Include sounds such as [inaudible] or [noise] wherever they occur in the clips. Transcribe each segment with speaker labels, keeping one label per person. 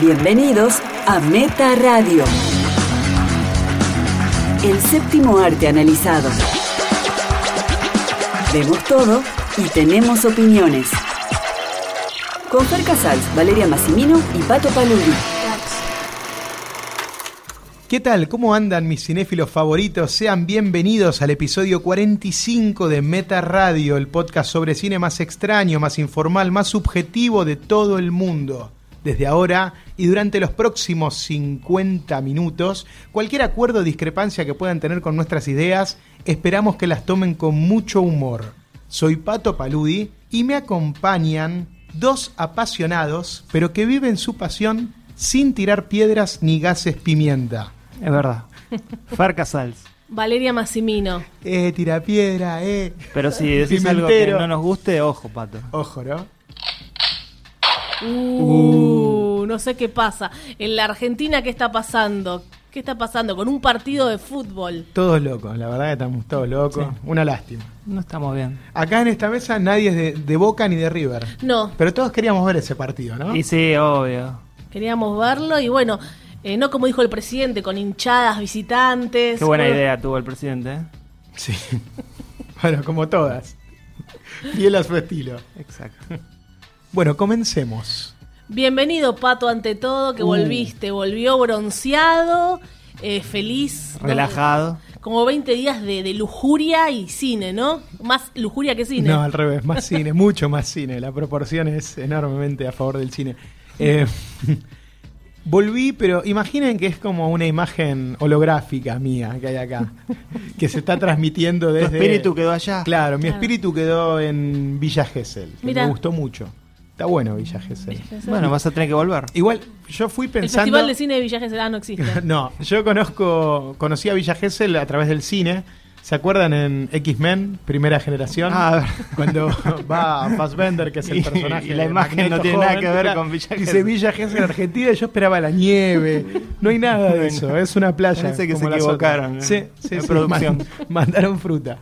Speaker 1: Bienvenidos a Meta Radio. El séptimo arte analizado. Vemos todo y tenemos opiniones. Con Fer Casals, Valeria Massimino y Pato Paludi.
Speaker 2: ¿Qué tal? ¿Cómo andan mis cinéfilos favoritos? Sean bienvenidos al episodio 45 de Meta Radio, el podcast sobre cine más extraño, más informal, más subjetivo de todo el mundo. Desde ahora y durante los próximos 50 minutos, cualquier acuerdo o discrepancia que puedan tener con nuestras ideas, esperamos que las tomen con mucho humor. Soy Pato Paludi y me acompañan dos apasionados, pero que viven su pasión sin tirar piedras ni gases pimienta.
Speaker 3: Es verdad. Fer Casals.
Speaker 4: Valeria Massimino.
Speaker 2: Eh, tira piedra, eh.
Speaker 3: Pero si decís algo que
Speaker 2: Pimentero.
Speaker 3: no nos guste, ojo, pato.
Speaker 2: Ojo, ¿no?
Speaker 4: Uh, No sé qué pasa. En la Argentina, ¿qué está pasando? ¿Qué está pasando con un partido de fútbol?
Speaker 2: Todos locos, la verdad que estamos todos locos.
Speaker 3: Sí.
Speaker 2: Una lástima.
Speaker 3: No estamos bien.
Speaker 2: Acá en esta mesa nadie es de, de Boca ni de River.
Speaker 4: No,
Speaker 2: Pero todos queríamos ver ese partido, ¿no? [laughs]
Speaker 3: Y sí, obvio.
Speaker 4: queríamos verlo y bueno, eh, no como dijo el presidente, con hinchadas, visitantes.
Speaker 3: Qué buena
Speaker 4: Bueno,
Speaker 3: idea tuvo el presidente. ¿eh?
Speaker 2: Sí. bueno, como todas. Fiel a su estilo.
Speaker 3: Exacto.
Speaker 2: Bueno, comencemos.
Speaker 4: Bienvenido, Pato, ante todo, que
Speaker 2: Uh.
Speaker 4: volviste. Volvió bronceado, eh, feliz.
Speaker 3: [laughs]
Speaker 4: ¿no?
Speaker 3: Relajado.
Speaker 4: Como 20 días de, de lujuria y cine, ¿no? Más lujuria que cine.
Speaker 2: No, al revés, más cine, mucho más cine. La proporción es enormemente a favor del cine. Eh, [laughs] volví, pero imaginen que es como una imagen holográfica mía que hay acá, que se está transmitiendo
Speaker 3: Tu
Speaker 2: desde...
Speaker 3: espíritu quedó
Speaker 4: [laughs]
Speaker 3: allá.
Speaker 2: Claro, mi
Speaker 4: Claro.
Speaker 2: espíritu quedó en Villa Gesell. que
Speaker 4: Mirá.
Speaker 2: Me gustó mucho. Está bueno Villa Gesell.
Speaker 3: Bueno, vas a tener que volver.
Speaker 2: Igual, yo fui
Speaker 4: el
Speaker 2: pensando...
Speaker 4: Festival de Cine de Villa Gesell, ah, no existe.
Speaker 2: [laughs] No, yo conozco, conocí a Villa Gesell a través del cine. ¿Se acuerdan en X-Men, primera generación?
Speaker 3: Ah, a ver.
Speaker 2: [laughs] Cuando va Fassbender, que es el
Speaker 3: Y-
Speaker 2: personaje.
Speaker 3: y la
Speaker 2: de
Speaker 3: imagen
Speaker 2: Magneto
Speaker 3: no tiene nada
Speaker 2: joven,
Speaker 3: que ver
Speaker 2: era-
Speaker 3: con Villa
Speaker 2: Dice
Speaker 3: Gesell.
Speaker 2: Villa Gesell Argentina y yo esperaba la nieve. No hay nada de eso, es una playa.
Speaker 3: Parece que
Speaker 2: como
Speaker 3: se
Speaker 2: las otras.
Speaker 3: equivocaron, ¿eh?
Speaker 2: Sí, sí,
Speaker 3: En
Speaker 2: sí,
Speaker 3: producción.
Speaker 2: man- [laughs] mandaron fruta.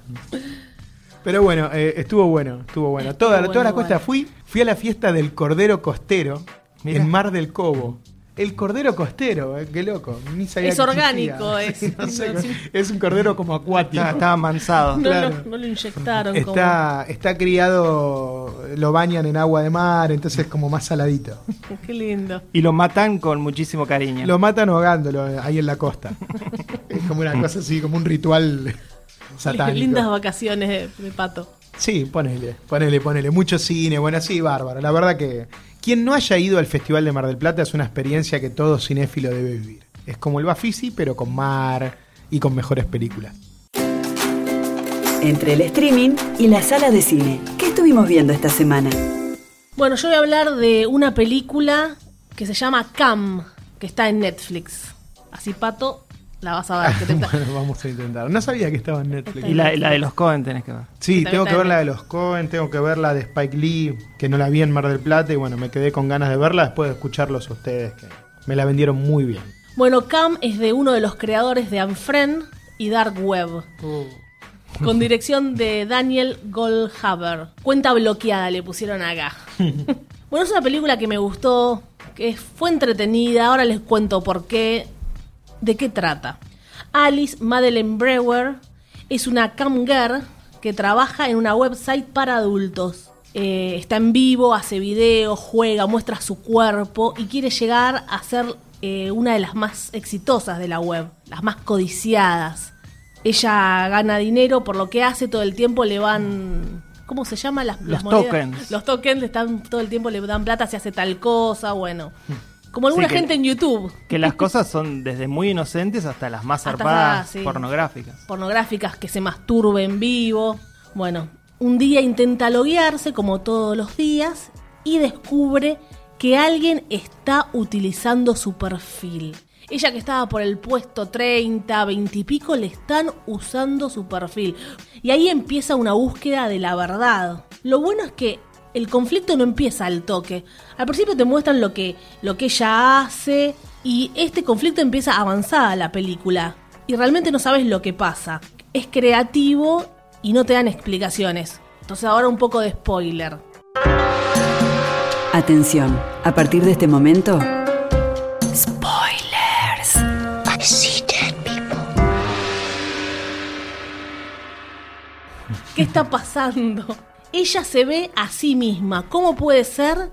Speaker 2: Pero bueno, eh, estuvo bueno, estuvo bueno. Toda,
Speaker 4: Estuvo
Speaker 2: toda la
Speaker 4: bueno,
Speaker 2: cuesta
Speaker 4: bueno.
Speaker 2: fui, fui a la fiesta del Cordero Costero
Speaker 3: Mirá.
Speaker 2: en Mar del Cobo. El Cordero Costero, eh, qué loco, ni sabía
Speaker 4: Es
Speaker 2: que existía. [laughs]
Speaker 4: orgánico, es.
Speaker 2: No sé,
Speaker 4: No, sí.
Speaker 2: es un cordero como acuático.
Speaker 3: Estaba, estaba mansado.
Speaker 4: No,
Speaker 2: Claro.
Speaker 4: no, no lo inyectaron
Speaker 2: Está, está criado, lo bañan en agua de mar, entonces es como más saladito.
Speaker 4: como. [laughs] Qué lindo.
Speaker 3: Y lo matan con muchísimo cariño.
Speaker 2: Lo matan ahogándolo eh, ahí en la costa. [laughs] Es como una cosa así, como un ritual satánico.
Speaker 4: Lindas vacaciones de, de pato.
Speaker 2: Sí, ponele, ponele, ponele. Mucho cine, bueno, sí, bárbaro. La verdad que quien no haya ido al Festival de Mar del Plata es una experiencia que todo cinéfilo debe vivir. Es como el Bafisi, pero con mar y con mejores películas.
Speaker 1: Entre el streaming y la sala de cine. ¿Qué estuvimos viendo esta semana?
Speaker 4: Bueno, yo voy a hablar de una película que se llama Cam, que está en Netflix. Así, pato, la vas a ver. que
Speaker 2: [laughs]
Speaker 4: te-
Speaker 2: bueno,
Speaker 4: [laughs]
Speaker 2: vamos a intentar. No sabía que estaba en Netflix.
Speaker 3: Y la, la de los Cohen tenés que ver.
Speaker 2: Sí,
Speaker 4: También
Speaker 2: tengo que
Speaker 4: está
Speaker 2: ver
Speaker 4: en
Speaker 2: la de los Cohen, tengo que ver la de Spike Lee, que no la vi en Mar del Plata y bueno, me quedé con ganas de verla después de escucharlos a ustedes, que me la vendieron muy
Speaker 4: [laughs]
Speaker 2: bien.
Speaker 4: Bueno, Cam es de uno de los creadores de Unfriend y Dark Web.
Speaker 3: Uh.
Speaker 4: Con dirección de Daniel Goldhaber. Cuenta bloqueada le pusieron acá. bueno, es una película que me gustó, que fue entretenida, ahora les cuento por qué. ¿De qué trata? Alice Madeleine Brewer es una camgirl que trabaja en una website para adultos. Eh, está en vivo, hace videos, juega, muestra su cuerpo y quiere llegar a ser eh, una de las más exitosas de la web, las más codiciadas. Ella gana dinero por lo que hace, todo el tiempo le van... ¿Cómo se llama? Las, las
Speaker 3: Los tokens.
Speaker 4: Los tokens le están, todo el tiempo le dan plata si hace tal cosa, bueno. Como alguna
Speaker 3: que-
Speaker 4: gente en YouTube.
Speaker 3: Que las cosas son desde muy inocentes hasta las más
Speaker 4: Hasta
Speaker 3: zarpadas
Speaker 4: esas, sí.
Speaker 3: pornográficas.
Speaker 4: pornográficas que se masturbe en vivo. Bueno, un día intenta loguearse como todos los días y descubre que alguien está utilizando su perfil. Ella que estaba por el puesto 30, 20 y pico, le están usando su perfil. Y ahí empieza una búsqueda de la verdad. Lo bueno es que el conflicto no empieza al toque. Al principio te muestran lo que, lo que ella hace y este conflicto empieza avanzada la película. Y realmente no sabes lo que pasa. Es creativo y no te dan explicaciones. Entonces ahora un poco de spoiler.
Speaker 1: Atención, a partir de este momento,
Speaker 4: ¿Qué está pasando? Ella se ve a sí misma. ¿Cómo puede ser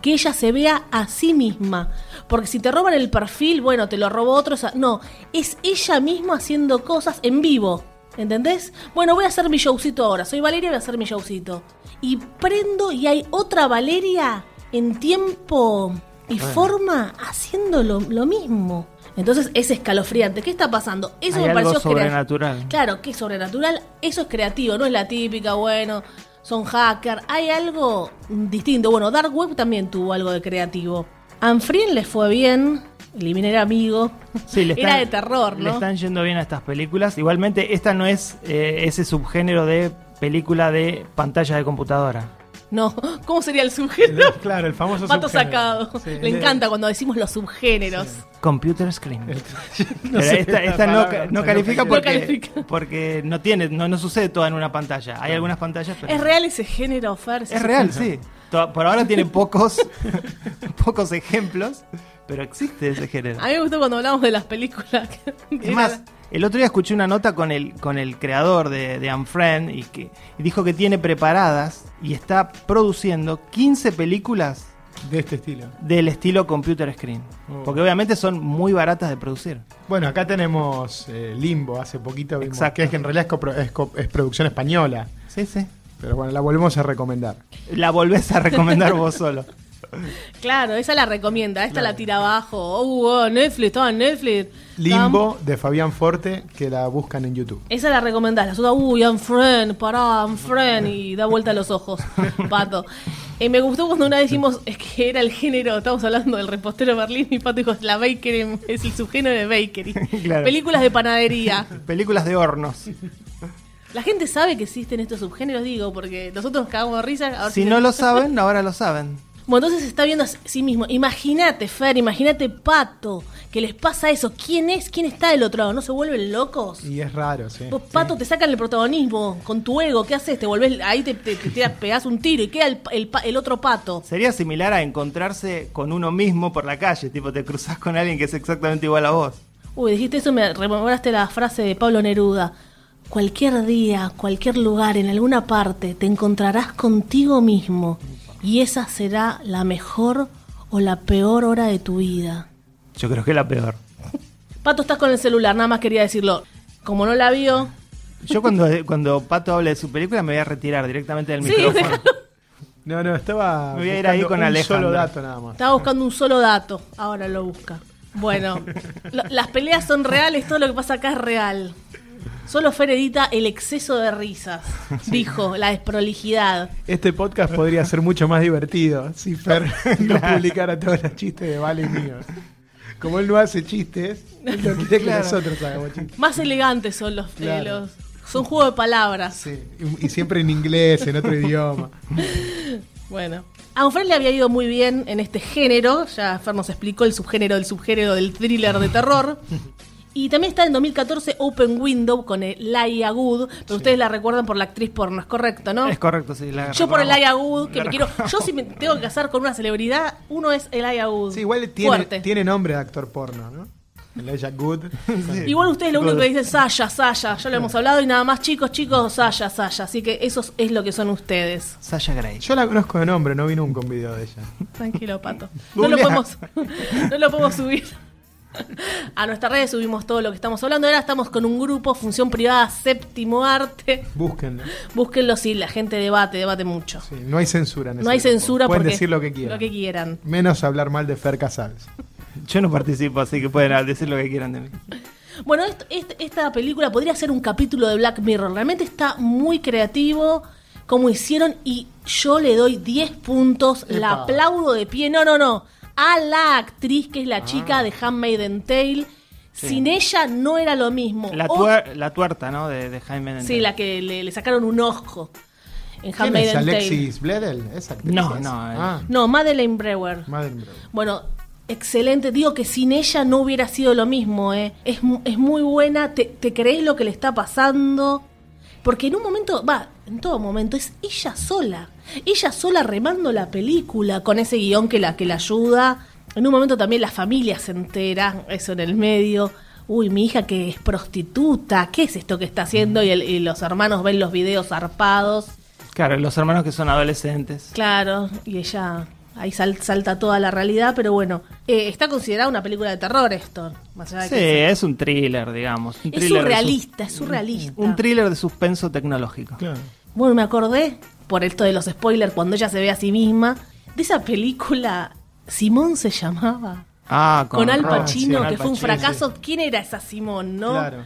Speaker 4: que ella se vea a sí misma? Porque si te roban el perfil, bueno, te lo robó otro. o sea, No, es ella misma haciendo cosas en vivo. ¿Entendés? Bueno, voy a hacer mi showcito ahora. Soy Valeria, voy a hacer mi showcito. Y prendo y hay otra Valeria en tiempo y forma haciendo lo, lo mismo. Entonces es escalofriante. ¿Qué está pasando? Eso
Speaker 3: Hay
Speaker 4: me
Speaker 3: algo
Speaker 4: pareció crea-
Speaker 3: sobrenatural.
Speaker 4: Claro, que es sobrenatural, eso es creativo, no es la típica, bueno, son hacker, hay algo distinto. Bueno, Dark Web también tuvo algo de creativo. Anfrien les fue bien, eliminé amigos.
Speaker 3: Sí, le
Speaker 4: [laughs] Era de terror,
Speaker 3: Le
Speaker 4: ¿no?
Speaker 3: están yendo bien a estas películas. Igualmente, esta no es eh, ese subgénero de película de pantalla de computadora.
Speaker 4: No, ¿cómo sería el subgénero?
Speaker 2: Claro, el famoso
Speaker 4: Pato
Speaker 2: subgénero.
Speaker 4: sacado.
Speaker 2: Sí,
Speaker 4: Le
Speaker 2: el-
Speaker 4: encanta cuando decimos los subgéneros.
Speaker 3: Computer Screen.
Speaker 2: No
Speaker 3: Pero
Speaker 2: sé esta
Speaker 3: esta esta [laughs] no,
Speaker 2: palabra,
Speaker 3: ca- no
Speaker 2: o sea,
Speaker 3: califica
Speaker 2: no
Speaker 3: porque
Speaker 4: califica.
Speaker 3: porque no tiene no, no sucede toda en una pantalla. Hay algunas pantallas, pero
Speaker 4: ¿Es real ese género, Fer?
Speaker 3: es real, sí. To- Por ahora [laughs] tiene pocos pocos ejemplos, pero existe ese género.
Speaker 4: A mí me gustó cuando hablamos de las películas. [laughs]
Speaker 3: Es más, el otro día escuché una nota con el, con el creador de, de Unfriend y que y dijo que tiene preparadas y está produciendo 15 películas
Speaker 2: De este estilo.
Speaker 3: del estilo computer screen.
Speaker 2: Oh.
Speaker 3: Porque obviamente son muy baratas de producir.
Speaker 2: Bueno, acá tenemos eh, Limbo, hace poquito vimos,
Speaker 3: Exacto.
Speaker 2: que es que en realidad es, copro- es co- es producción española.
Speaker 3: Sí, sí.
Speaker 2: Pero bueno, la volvemos a recomendar.
Speaker 3: La volvés a [laughs] recomendar vos solo.
Speaker 4: Claro, esa la recomienda, esta la tira abajo. Oh, wow, Netflix, estaba en Netflix.
Speaker 2: Limbo de Fabián Forte, que la buscan en YouTube.
Speaker 4: Esa la recomendás, la otra, uy, I'm friend, pará, I'm friend, y da vuelta
Speaker 3: [laughs]
Speaker 4: los ojos, pato. Eh, me gustó cuando una vez dijimos, es que era el género, estamos hablando del repostero Berlín, y pato dijo, la bakery, es el subgénero de bakery.
Speaker 3: [laughs] Claro.
Speaker 4: Películas de panadería.
Speaker 3: Películas de hornos.
Speaker 4: La gente sabe que existen estos subgéneros, digo, porque nosotros nos cagamos de risa. ahora
Speaker 3: Si
Speaker 4: sí-
Speaker 3: no lo saben, ahora lo saben.
Speaker 4: Bueno, entonces se está viendo a sí mismo. Imagínate, Fer, imagínate, pato, que les pasa eso. ¿Quién es? ¿Quién está del otro lado? ¿No se vuelven locos?
Speaker 2: Y es raro, sí.
Speaker 4: Vos, Pato, te sacan el protagonismo con tu ego. ¿Qué haces? Te volvés, ahí te, te, te tiras- pegás un tiro y queda el, el pa- el otro pato.
Speaker 3: Sería similar a encontrarse con uno mismo por la calle. Tipo, te cruzas con alguien que es exactamente igual a vos.
Speaker 4: Uy, dijiste eso, me rememoraste la frase de Pablo Neruda. Cualquier día, cualquier lugar, en alguna parte, te encontrarás contigo mismo. Y esa será la mejor o la peor hora de tu vida.
Speaker 3: Yo creo que es la peor.
Speaker 4: Pato, estás con el celular, nada más quería decirlo. Como no la vio,
Speaker 3: Yo cuando, cuando Pato hable de su película me voy a retirar directamente del
Speaker 4: Sí,
Speaker 3: micrófono.
Speaker 2: No, no, estaba.
Speaker 3: Me voy a ir ahí
Speaker 2: buscando
Speaker 3: con
Speaker 2: un
Speaker 3: Alejandra.
Speaker 2: solo dato nada más.
Speaker 4: Estaba buscando un solo dato, ahora lo busca. Bueno, lo- las peleas son reales, todo lo que pasa acá es real. Solo Fer edita el exceso de risas, dijo, la desprolijidad.
Speaker 2: Este podcast podría ser mucho más divertido si
Speaker 3: [laughs]
Speaker 2: Fer no publicara todos los chistes de Vale y mío. Como él no hace chistes, él no quiere que
Speaker 3: Claro.
Speaker 2: nosotros hagamos chistes.
Speaker 4: Más elegantes son los, eh,
Speaker 2: Claro.
Speaker 4: los- Son juego de palabras.
Speaker 2: Sí, Y, y siempre en inglés, en otro idioma.
Speaker 4: Bueno. A Fred le había ido muy bien en este género, ya Fer nos explicó el subgénero del subgénero del thriller de terror. Y también está en 2014 Open Window con Laia Good, pero ustedes la recuerdan por la actriz porno, es
Speaker 2: [laughs]
Speaker 4: correcto, [laughs] ¿no?
Speaker 3: Es correcto, sí. la
Speaker 4: Yo por el
Speaker 3: recordamos.
Speaker 4: Aya Wood, que me quiero. Yo si me tengo que casar con una celebridad, uno es el Aya Wood.
Speaker 2: Sí, igual tiene,
Speaker 4: Fuerte.
Speaker 2: tiene nombre de actor porno, ¿no? Elijah
Speaker 3: [laughs]
Speaker 2: Good.
Speaker 4: Igual ustedes lo único que dicen Saya, Saya, ya lo hemos hablado y nada más, chicos, chicos, Saya, Saya. Así que eso es lo que son ustedes.
Speaker 3: Sasha Grey.
Speaker 2: Yo la conozco de nombre, no vi nunca un video de ella.
Speaker 4: Tranquilo, pato. No lo
Speaker 3: Googleá.
Speaker 4: podemos, no lo podemos subir. A nuestras redes subimos todo lo que estamos hablando. Ahora estamos con un grupo, Función Privada, Séptimo Arte.
Speaker 2: Búsquenlo.
Speaker 4: Búsquenlo si la gente debate, debate mucho.
Speaker 2: Sí, no hay censura en
Speaker 4: No
Speaker 2: ese
Speaker 4: hay
Speaker 2: grupo.
Speaker 4: censura
Speaker 2: Pueden
Speaker 4: porque
Speaker 2: decir lo que quieran.
Speaker 4: Lo que quieran.
Speaker 2: Menos hablar mal de Fer Casals.
Speaker 3: Yo no participo, así que pueden decir lo que quieran de mí.
Speaker 4: Bueno, esto- est- esta película podría ser un capítulo de Black Mirror. Realmente está muy creativo como hicieron y yo le doy 10 puntos. La
Speaker 2: Epa.
Speaker 4: aplaudo de pie. No, no, no. A la actriz que es
Speaker 2: Ah.
Speaker 4: la chica de Handmaiden Tale. Sin ella no era lo mismo.
Speaker 3: La,
Speaker 4: O-
Speaker 3: tuer- la tuerta, ¿no? De, de Jaime Dentro.
Speaker 4: Sí, la que le, le sacaron un ojo en
Speaker 2: ¿Quién es
Speaker 4: Handmaiden Tale.
Speaker 2: Alexis Bledel? ¿Es actriz?
Speaker 3: No,
Speaker 2: ¿Es?
Speaker 3: no,
Speaker 2: Ah,
Speaker 4: No, Madeleine Brewer.
Speaker 2: madre mía.
Speaker 4: Bueno, excelente. Digo que sin ella no hubiera sido lo mismo, ¿eh? Es, mu- es muy buena, te, te crees lo que le está pasando. Porque en un momento, va, en todo momento, es ella sola. Ella sola remando la película con ese guión que la, que la ayuda. En un momento también la familia se entera, eso en el medio. uy, mi hija que es prostituta, ¿qué es esto que está haciendo? Y, el- y los hermanos ven los videos zarpados.
Speaker 3: Claro, los hermanos que son adolescentes.
Speaker 4: Claro, y ella ahí sal- salta toda la realidad, pero bueno, eh, está considerada una película de terror esto. Más allá de
Speaker 3: Sí,
Speaker 4: que
Speaker 3: es un thriller, digamos. Un thriller
Speaker 4: es
Speaker 3: de
Speaker 4: surrealista, es
Speaker 3: sus-
Speaker 4: surrealista.
Speaker 3: Un thriller de suspenso tecnológico.
Speaker 2: Claro.
Speaker 4: Bueno, me acordé, por esto de los spoilers, cuando ella se ve a sí misma, de esa película, Simón se llamaba,
Speaker 3: Ah,
Speaker 4: con, Al
Speaker 3: Ross,
Speaker 4: Pacino,
Speaker 3: con Al
Speaker 4: que fue un
Speaker 3: Pacino.
Speaker 4: fracaso. ¿Quién era esa Simón, no?
Speaker 2: Claro.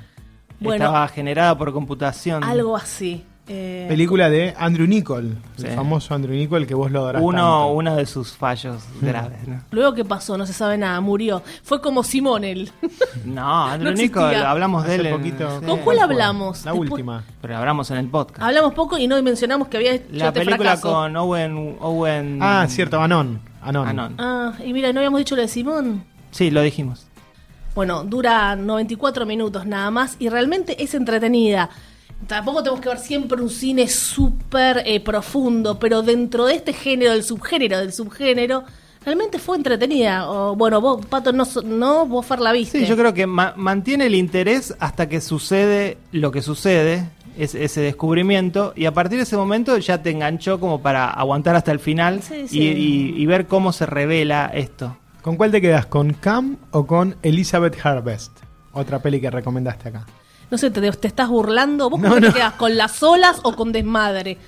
Speaker 4: Bueno,
Speaker 3: Estaba generada por computación.
Speaker 4: algo así. Eh,
Speaker 2: Película de Andrew Nichol,
Speaker 3: Sí.
Speaker 2: el famoso Andrew Nichol que vos lo adorás.
Speaker 3: Uno,
Speaker 2: tanto.
Speaker 3: uno de sus fallos graves.
Speaker 2: [laughs]
Speaker 3: ¿no?
Speaker 4: Luego, ¿qué pasó? No se sabe nada, murió. Fue como Simón él. [laughs]
Speaker 3: No, Andrew
Speaker 4: No
Speaker 3: Nichol,
Speaker 4: existía.
Speaker 3: hablamos de
Speaker 2: Hace
Speaker 3: él. en-
Speaker 2: poquito-
Speaker 3: sí.
Speaker 4: ¿Con cuál hablamos?
Speaker 2: La
Speaker 4: Después-
Speaker 2: última.
Speaker 3: Pero hablamos en el podcast.
Speaker 4: Hablamos poco y no mencionamos que había hecho
Speaker 3: la
Speaker 4: este
Speaker 3: película
Speaker 4: fracaso.
Speaker 3: con Owen, Owen.
Speaker 2: Ah, cierto, Anon. Anon.
Speaker 3: Anon.
Speaker 4: Ah, y mira, no habíamos dicho lo de Simón.
Speaker 3: Sí, lo dijimos.
Speaker 4: Bueno, dura 94 minutos nada más y realmente es entretenida. Tampoco tenemos que ver siempre un cine súper eh, profundo, pero dentro de este género, del subgénero, del subgénero, realmente fue entretenida. O, bueno, vos, Pato, no, so- no vos Fer la viste.
Speaker 3: Sí, yo creo que ma- mantiene el interés hasta que sucede lo que sucede, es- ese descubrimiento, y a partir de ese momento ya te enganchó como para aguantar hasta el final
Speaker 4: Sí,
Speaker 3: y-
Speaker 4: sí.
Speaker 3: Y, y ver cómo se revela esto.
Speaker 2: ¿Con cuál te quedas? ¿Con Cam o con Elizabeth Harvest? Otra peli que recomendaste acá.
Speaker 4: No sé, te, te estás burlando. ¿Vos con qué te quedás? ¿Con las olas o con desmadre?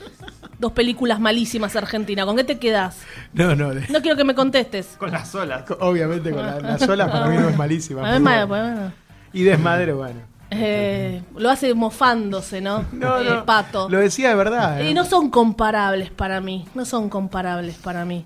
Speaker 4: Dos películas malísimas argentinas. ¿Con qué te quedás?
Speaker 2: No, no, de-
Speaker 4: No quiero que me contestes.
Speaker 3: Con las olas.
Speaker 2: obviamente con la, la sola para mí no es malísima.
Speaker 4: A ver,
Speaker 2: pero
Speaker 4: ma-
Speaker 2: bueno.
Speaker 4: bueno.
Speaker 2: Y desmadre, bueno.
Speaker 4: Eh, lo hace mofándose, ¿no?
Speaker 2: [laughs] No,
Speaker 4: Eh,
Speaker 2: no.
Speaker 4: Pato.
Speaker 2: Lo decía de verdad.
Speaker 4: Eh,
Speaker 2: ¿eh?
Speaker 4: no son comparables para mí. No son comparables para mí.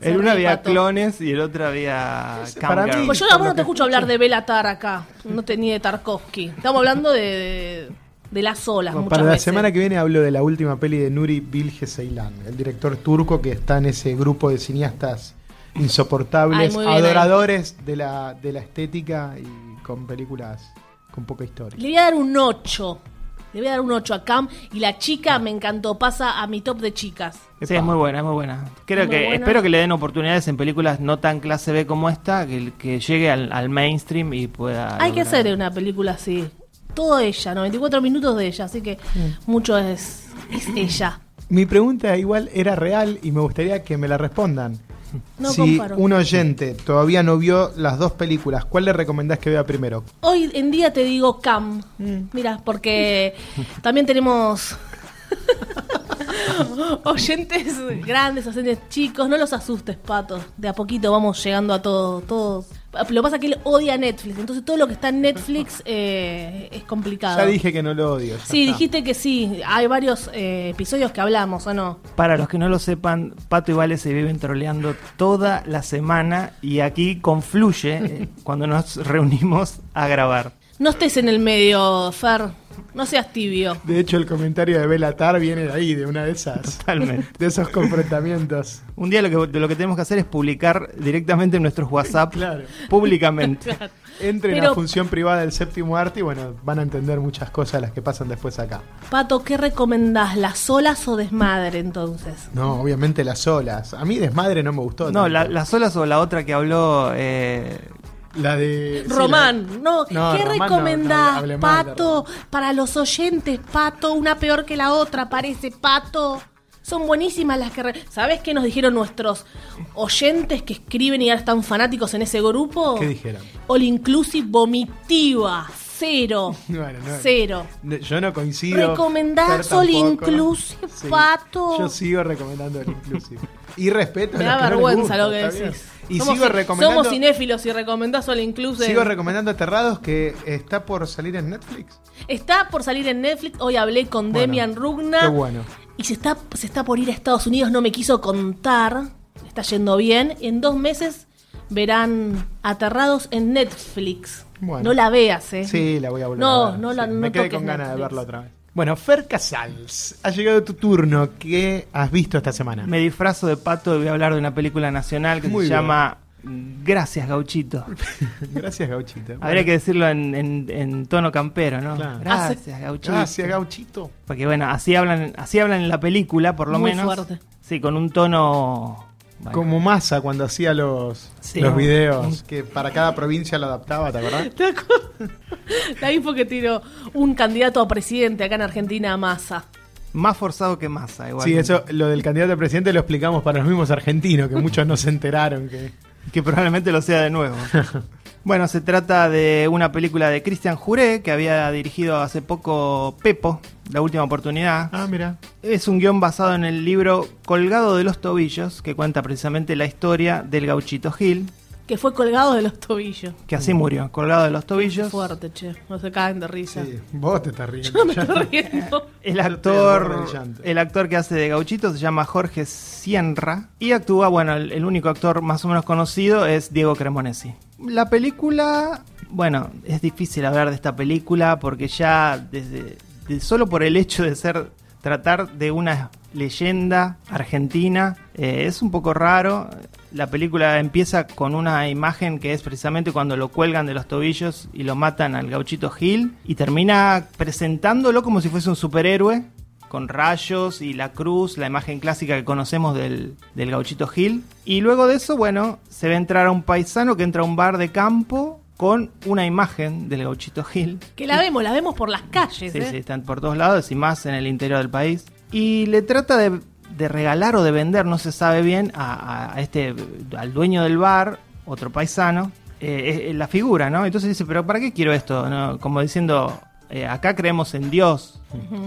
Speaker 3: En una
Speaker 4: Sorry,
Speaker 3: había
Speaker 4: Pato.
Speaker 3: clones y el otro había. Cam
Speaker 2: para mí-
Speaker 3: Girl.
Speaker 4: Pues yo
Speaker 2: Por
Speaker 4: ahora
Speaker 2: lo
Speaker 4: no te
Speaker 2: que
Speaker 4: escucho hablar de Belatar acá. No te ni de Tarkovsky. Estamos hablando de, de, de las olas.
Speaker 2: Bueno,
Speaker 4: muchas
Speaker 2: para la
Speaker 4: veces.
Speaker 2: semana que viene hablo de la última peli de Nuri Bilge Ceylan, el director turco que está en ese grupo de cineastas
Speaker 4: Ay,
Speaker 2: insoportables,
Speaker 4: muy bien ahí.
Speaker 2: adoradores de la, de la estética y con películas con poca historia.
Speaker 4: Le voy a dar un 8. Le voy a dar un 8 a Cam. Y la chica me encantó. Pasa a mi top de chicas.
Speaker 3: Sí, es muy buena, es muy buena. Creo
Speaker 4: Muy
Speaker 3: que
Speaker 4: buena.
Speaker 3: espero que le den oportunidades en películas no tan clase B como esta, que, que llegue al, al mainstream y pueda.
Speaker 2: Ah,
Speaker 4: Hay que
Speaker 3: lograr.
Speaker 4: hacer una película así. Todo ella, 94 minutos de ella. Así que mucho es, es ella.
Speaker 2: Mi pregunta igual era real y me gustaría que me la respondan.
Speaker 4: No
Speaker 2: si
Speaker 4: comparo.
Speaker 2: un oyente todavía no vio las dos películas, ¿cuál le recomendás que vea primero?
Speaker 4: Hoy en día te digo Cam. Mira, porque también tenemos oyentes grandes, oyentes chicos. No los asustes, patos. De a poquito vamos llegando a todos. todos. Lo que pasa es que él odia Netflix. Entonces todo lo que está en Netflix eh, es complicado.
Speaker 2: Ya dije que no lo odio. ya
Speaker 4: Sí,
Speaker 2: está.
Speaker 4: dijiste que sí. Hay varios eh, episodios que hablamos, ¿o no?
Speaker 3: Para los que no lo sepan, Pato y Vale se viven troleando toda la semana y aquí confluye
Speaker 2: [laughs]
Speaker 3: eh, cuando nos reunimos a grabar.
Speaker 4: No estés en el medio, Fer. No seas tibio.
Speaker 2: De hecho, el comentario de Belatar viene de ahí, de una de esas,
Speaker 3: Totalmente.
Speaker 2: de esos confrontamientos.
Speaker 3: Un día lo que, lo que tenemos que hacer es publicar directamente en nuestros
Speaker 2: [laughs]
Speaker 3: WhatsApp
Speaker 2: Claro. [laughs]
Speaker 3: públicamente.
Speaker 2: Entren
Speaker 4: Pero-
Speaker 2: a función privada del séptimo arte y bueno, van a entender muchas cosas las que pasan después acá.
Speaker 4: Pato, ¿qué recomendás? ¿Las olas o desmadre entonces?
Speaker 2: No, obviamente las olas. A mí desmadre no me gustó.
Speaker 3: No,
Speaker 2: tanto.
Speaker 3: la- las olas o la otra que habló eh,
Speaker 2: La de. sí,
Speaker 4: Román, no,
Speaker 2: No,
Speaker 4: ¿qué
Speaker 2: Román no,
Speaker 4: recomendás,
Speaker 2: no, hable mal de
Speaker 4: Pato? Para los oyentes, Pato, una peor que la otra, parece, Pato. Son buenísimas las que... re- ¿Sabés qué nos dijeron nuestros oyentes que escriben y ahora están fanáticos en ese grupo?
Speaker 2: ¿Qué dijeron?
Speaker 4: All inclusive vomitiva, cero,
Speaker 2: Bueno, [laughs] no.
Speaker 4: cero.
Speaker 2: la- no, yo no coincido.
Speaker 4: ¿Recomendás
Speaker 2: Fer
Speaker 4: All
Speaker 2: tampoco.
Speaker 4: Inclusive,
Speaker 2: Sí,
Speaker 4: Pato?
Speaker 2: Yo sigo recomendando el Inclusive. Y respeto. a
Speaker 4: Me
Speaker 2: los
Speaker 4: da
Speaker 2: que no les
Speaker 4: vergüenza
Speaker 2: gusta,
Speaker 4: lo que
Speaker 2: está bien.
Speaker 4: decís.
Speaker 2: Y
Speaker 4: Somos
Speaker 2: sigo
Speaker 4: ci-
Speaker 2: recomendando.
Speaker 4: Somos cinéfilos y recomendás All Inclusive.
Speaker 2: Sigo recomendando Aterrados que está por salir en Netflix.
Speaker 4: Está por salir en Netflix. Hoy hablé con
Speaker 2: Bueno,
Speaker 4: Demian Rugna.
Speaker 2: Qué bueno.
Speaker 4: Y se está, se está por ir a Estados Unidos, no me quiso contar. Está yendo bien. En dos meses verán Aterrados en Netflix.
Speaker 2: Bueno.
Speaker 4: No la veas, ¿eh?
Speaker 2: Sí, la voy a volver
Speaker 4: No,
Speaker 2: a ver.
Speaker 4: no
Speaker 2: sí.
Speaker 4: la-
Speaker 2: Me
Speaker 4: no
Speaker 2: quedé
Speaker 4: toques
Speaker 2: con ganas de
Speaker 4: Netflix.
Speaker 2: verla otra vez. Bueno, Fer Casals, ha llegado tu turno. ¿Qué has visto esta semana?
Speaker 3: Me disfrazo de Pato y voy a hablar de una película nacional que
Speaker 2: Muy
Speaker 3: se
Speaker 2: bien.
Speaker 3: llama Gracias,
Speaker 2: [laughs]
Speaker 3: Gauchito.
Speaker 2: Gracias, Gauchito.
Speaker 3: Habría que decirlo en, en- en tono campero, ¿no?
Speaker 2: Claro.
Speaker 3: Gracias, Gauchito.
Speaker 2: Gracias, Gauchito.
Speaker 3: Porque bueno, así hablan, así hablan en la película, por lo
Speaker 4: Muy
Speaker 3: menos.
Speaker 4: fuerte.
Speaker 3: Sí, con un tono Bueno.
Speaker 2: Como Massa cuando hacía los,
Speaker 3: Sí.
Speaker 2: los videos, que para cada provincia lo adaptaba, ¿te acordás?
Speaker 4: [laughs] ¿Te acuerdas? La info que tiró un candidato a presidente acá en Argentina, Massa.
Speaker 3: Más forzado que masa, igual.
Speaker 2: Sí, eso, lo del candidato a presidente lo explicamos para los mismos argentinos, que muchos no se enteraron que...
Speaker 3: Que probablemente lo sea de nuevo. [laughs] bueno, se trata de una película de Christian Juré que había dirigido hace poco Pepo, La Última Oportunidad.
Speaker 2: Ah, mira.
Speaker 3: Es un guión basado en el libro Colgado de los Tobillos, que cuenta precisamente la historia del gauchito Gil,
Speaker 4: Que fue colgado de los tobillos.
Speaker 3: que así murió, colgado de los tobillos.
Speaker 4: Mm. Fuerte, che. No se caen de risa.
Speaker 2: Sí, vos te estás riendo.
Speaker 4: Yo me estoy riendo.
Speaker 3: El
Speaker 2: Yo estoy al
Speaker 3: actor,
Speaker 2: borde del llanto.
Speaker 3: el actor que hace de Gauchito se llama Jorge Sierra y actúa, bueno, el, el único actor más o menos conocido es Diego Cremonesi. La película, bueno, es difícil hablar de esta película porque ya desde de- solo por el hecho de ser tratar de una leyenda argentina eh, es un poco raro. La película empieza con una imagen que es precisamente cuando lo cuelgan de los tobillos y lo matan al gauchito Gil y termina presentándolo como si fuese un superhéroe con rayos y la cruz, la imagen clásica que conocemos del, del gauchito Gil. Y luego de eso, bueno, se ve entrar a un paisano que entra a un bar de campo con una imagen del gauchito Gil.
Speaker 4: Que la vemos, la vemos por las calles,
Speaker 3: Sí,
Speaker 4: ¿eh?
Speaker 3: sí, están por todos lados y más en el interior del país. Y le trata de, de regalar o de vender, no se sabe bien, a, a este, al dueño del bar, otro paisano, eh, eh, la figura, ¿no? Entonces dice, pero ¿para qué quiero esto? ¿No? Como diciendo, eh, acá creemos en Dios,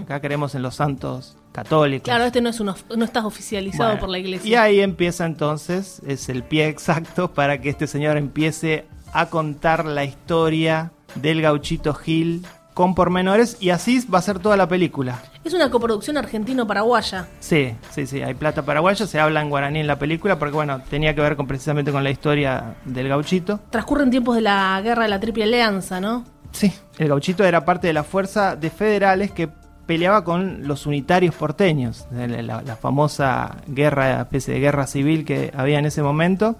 Speaker 3: acá creemos en los santos católicos.
Speaker 4: Claro, este no es un of- no estás oficializado
Speaker 3: Bueno,
Speaker 4: por la iglesia.
Speaker 3: Y ahí empieza entonces, es el pie exacto [laughs] para que este señor empiece a contar la historia del gauchito Gil con pormenores y así va a ser toda la película.
Speaker 4: Es una coproducción argentino-paraguaya.
Speaker 3: Sí, sí, sí, hay plata paraguaya, se habla en guaraní en la película porque bueno, tenía que ver con, precisamente con la historia del gauchito.
Speaker 4: Transcurren tiempos de la guerra de la Triple Alianza, ¿no?
Speaker 3: Sí, el gauchito era parte de la fuerza de federales que peleaba con los unitarios porteños, de la, la- la famosa guerra, especie de guerra civil que había en ese momento.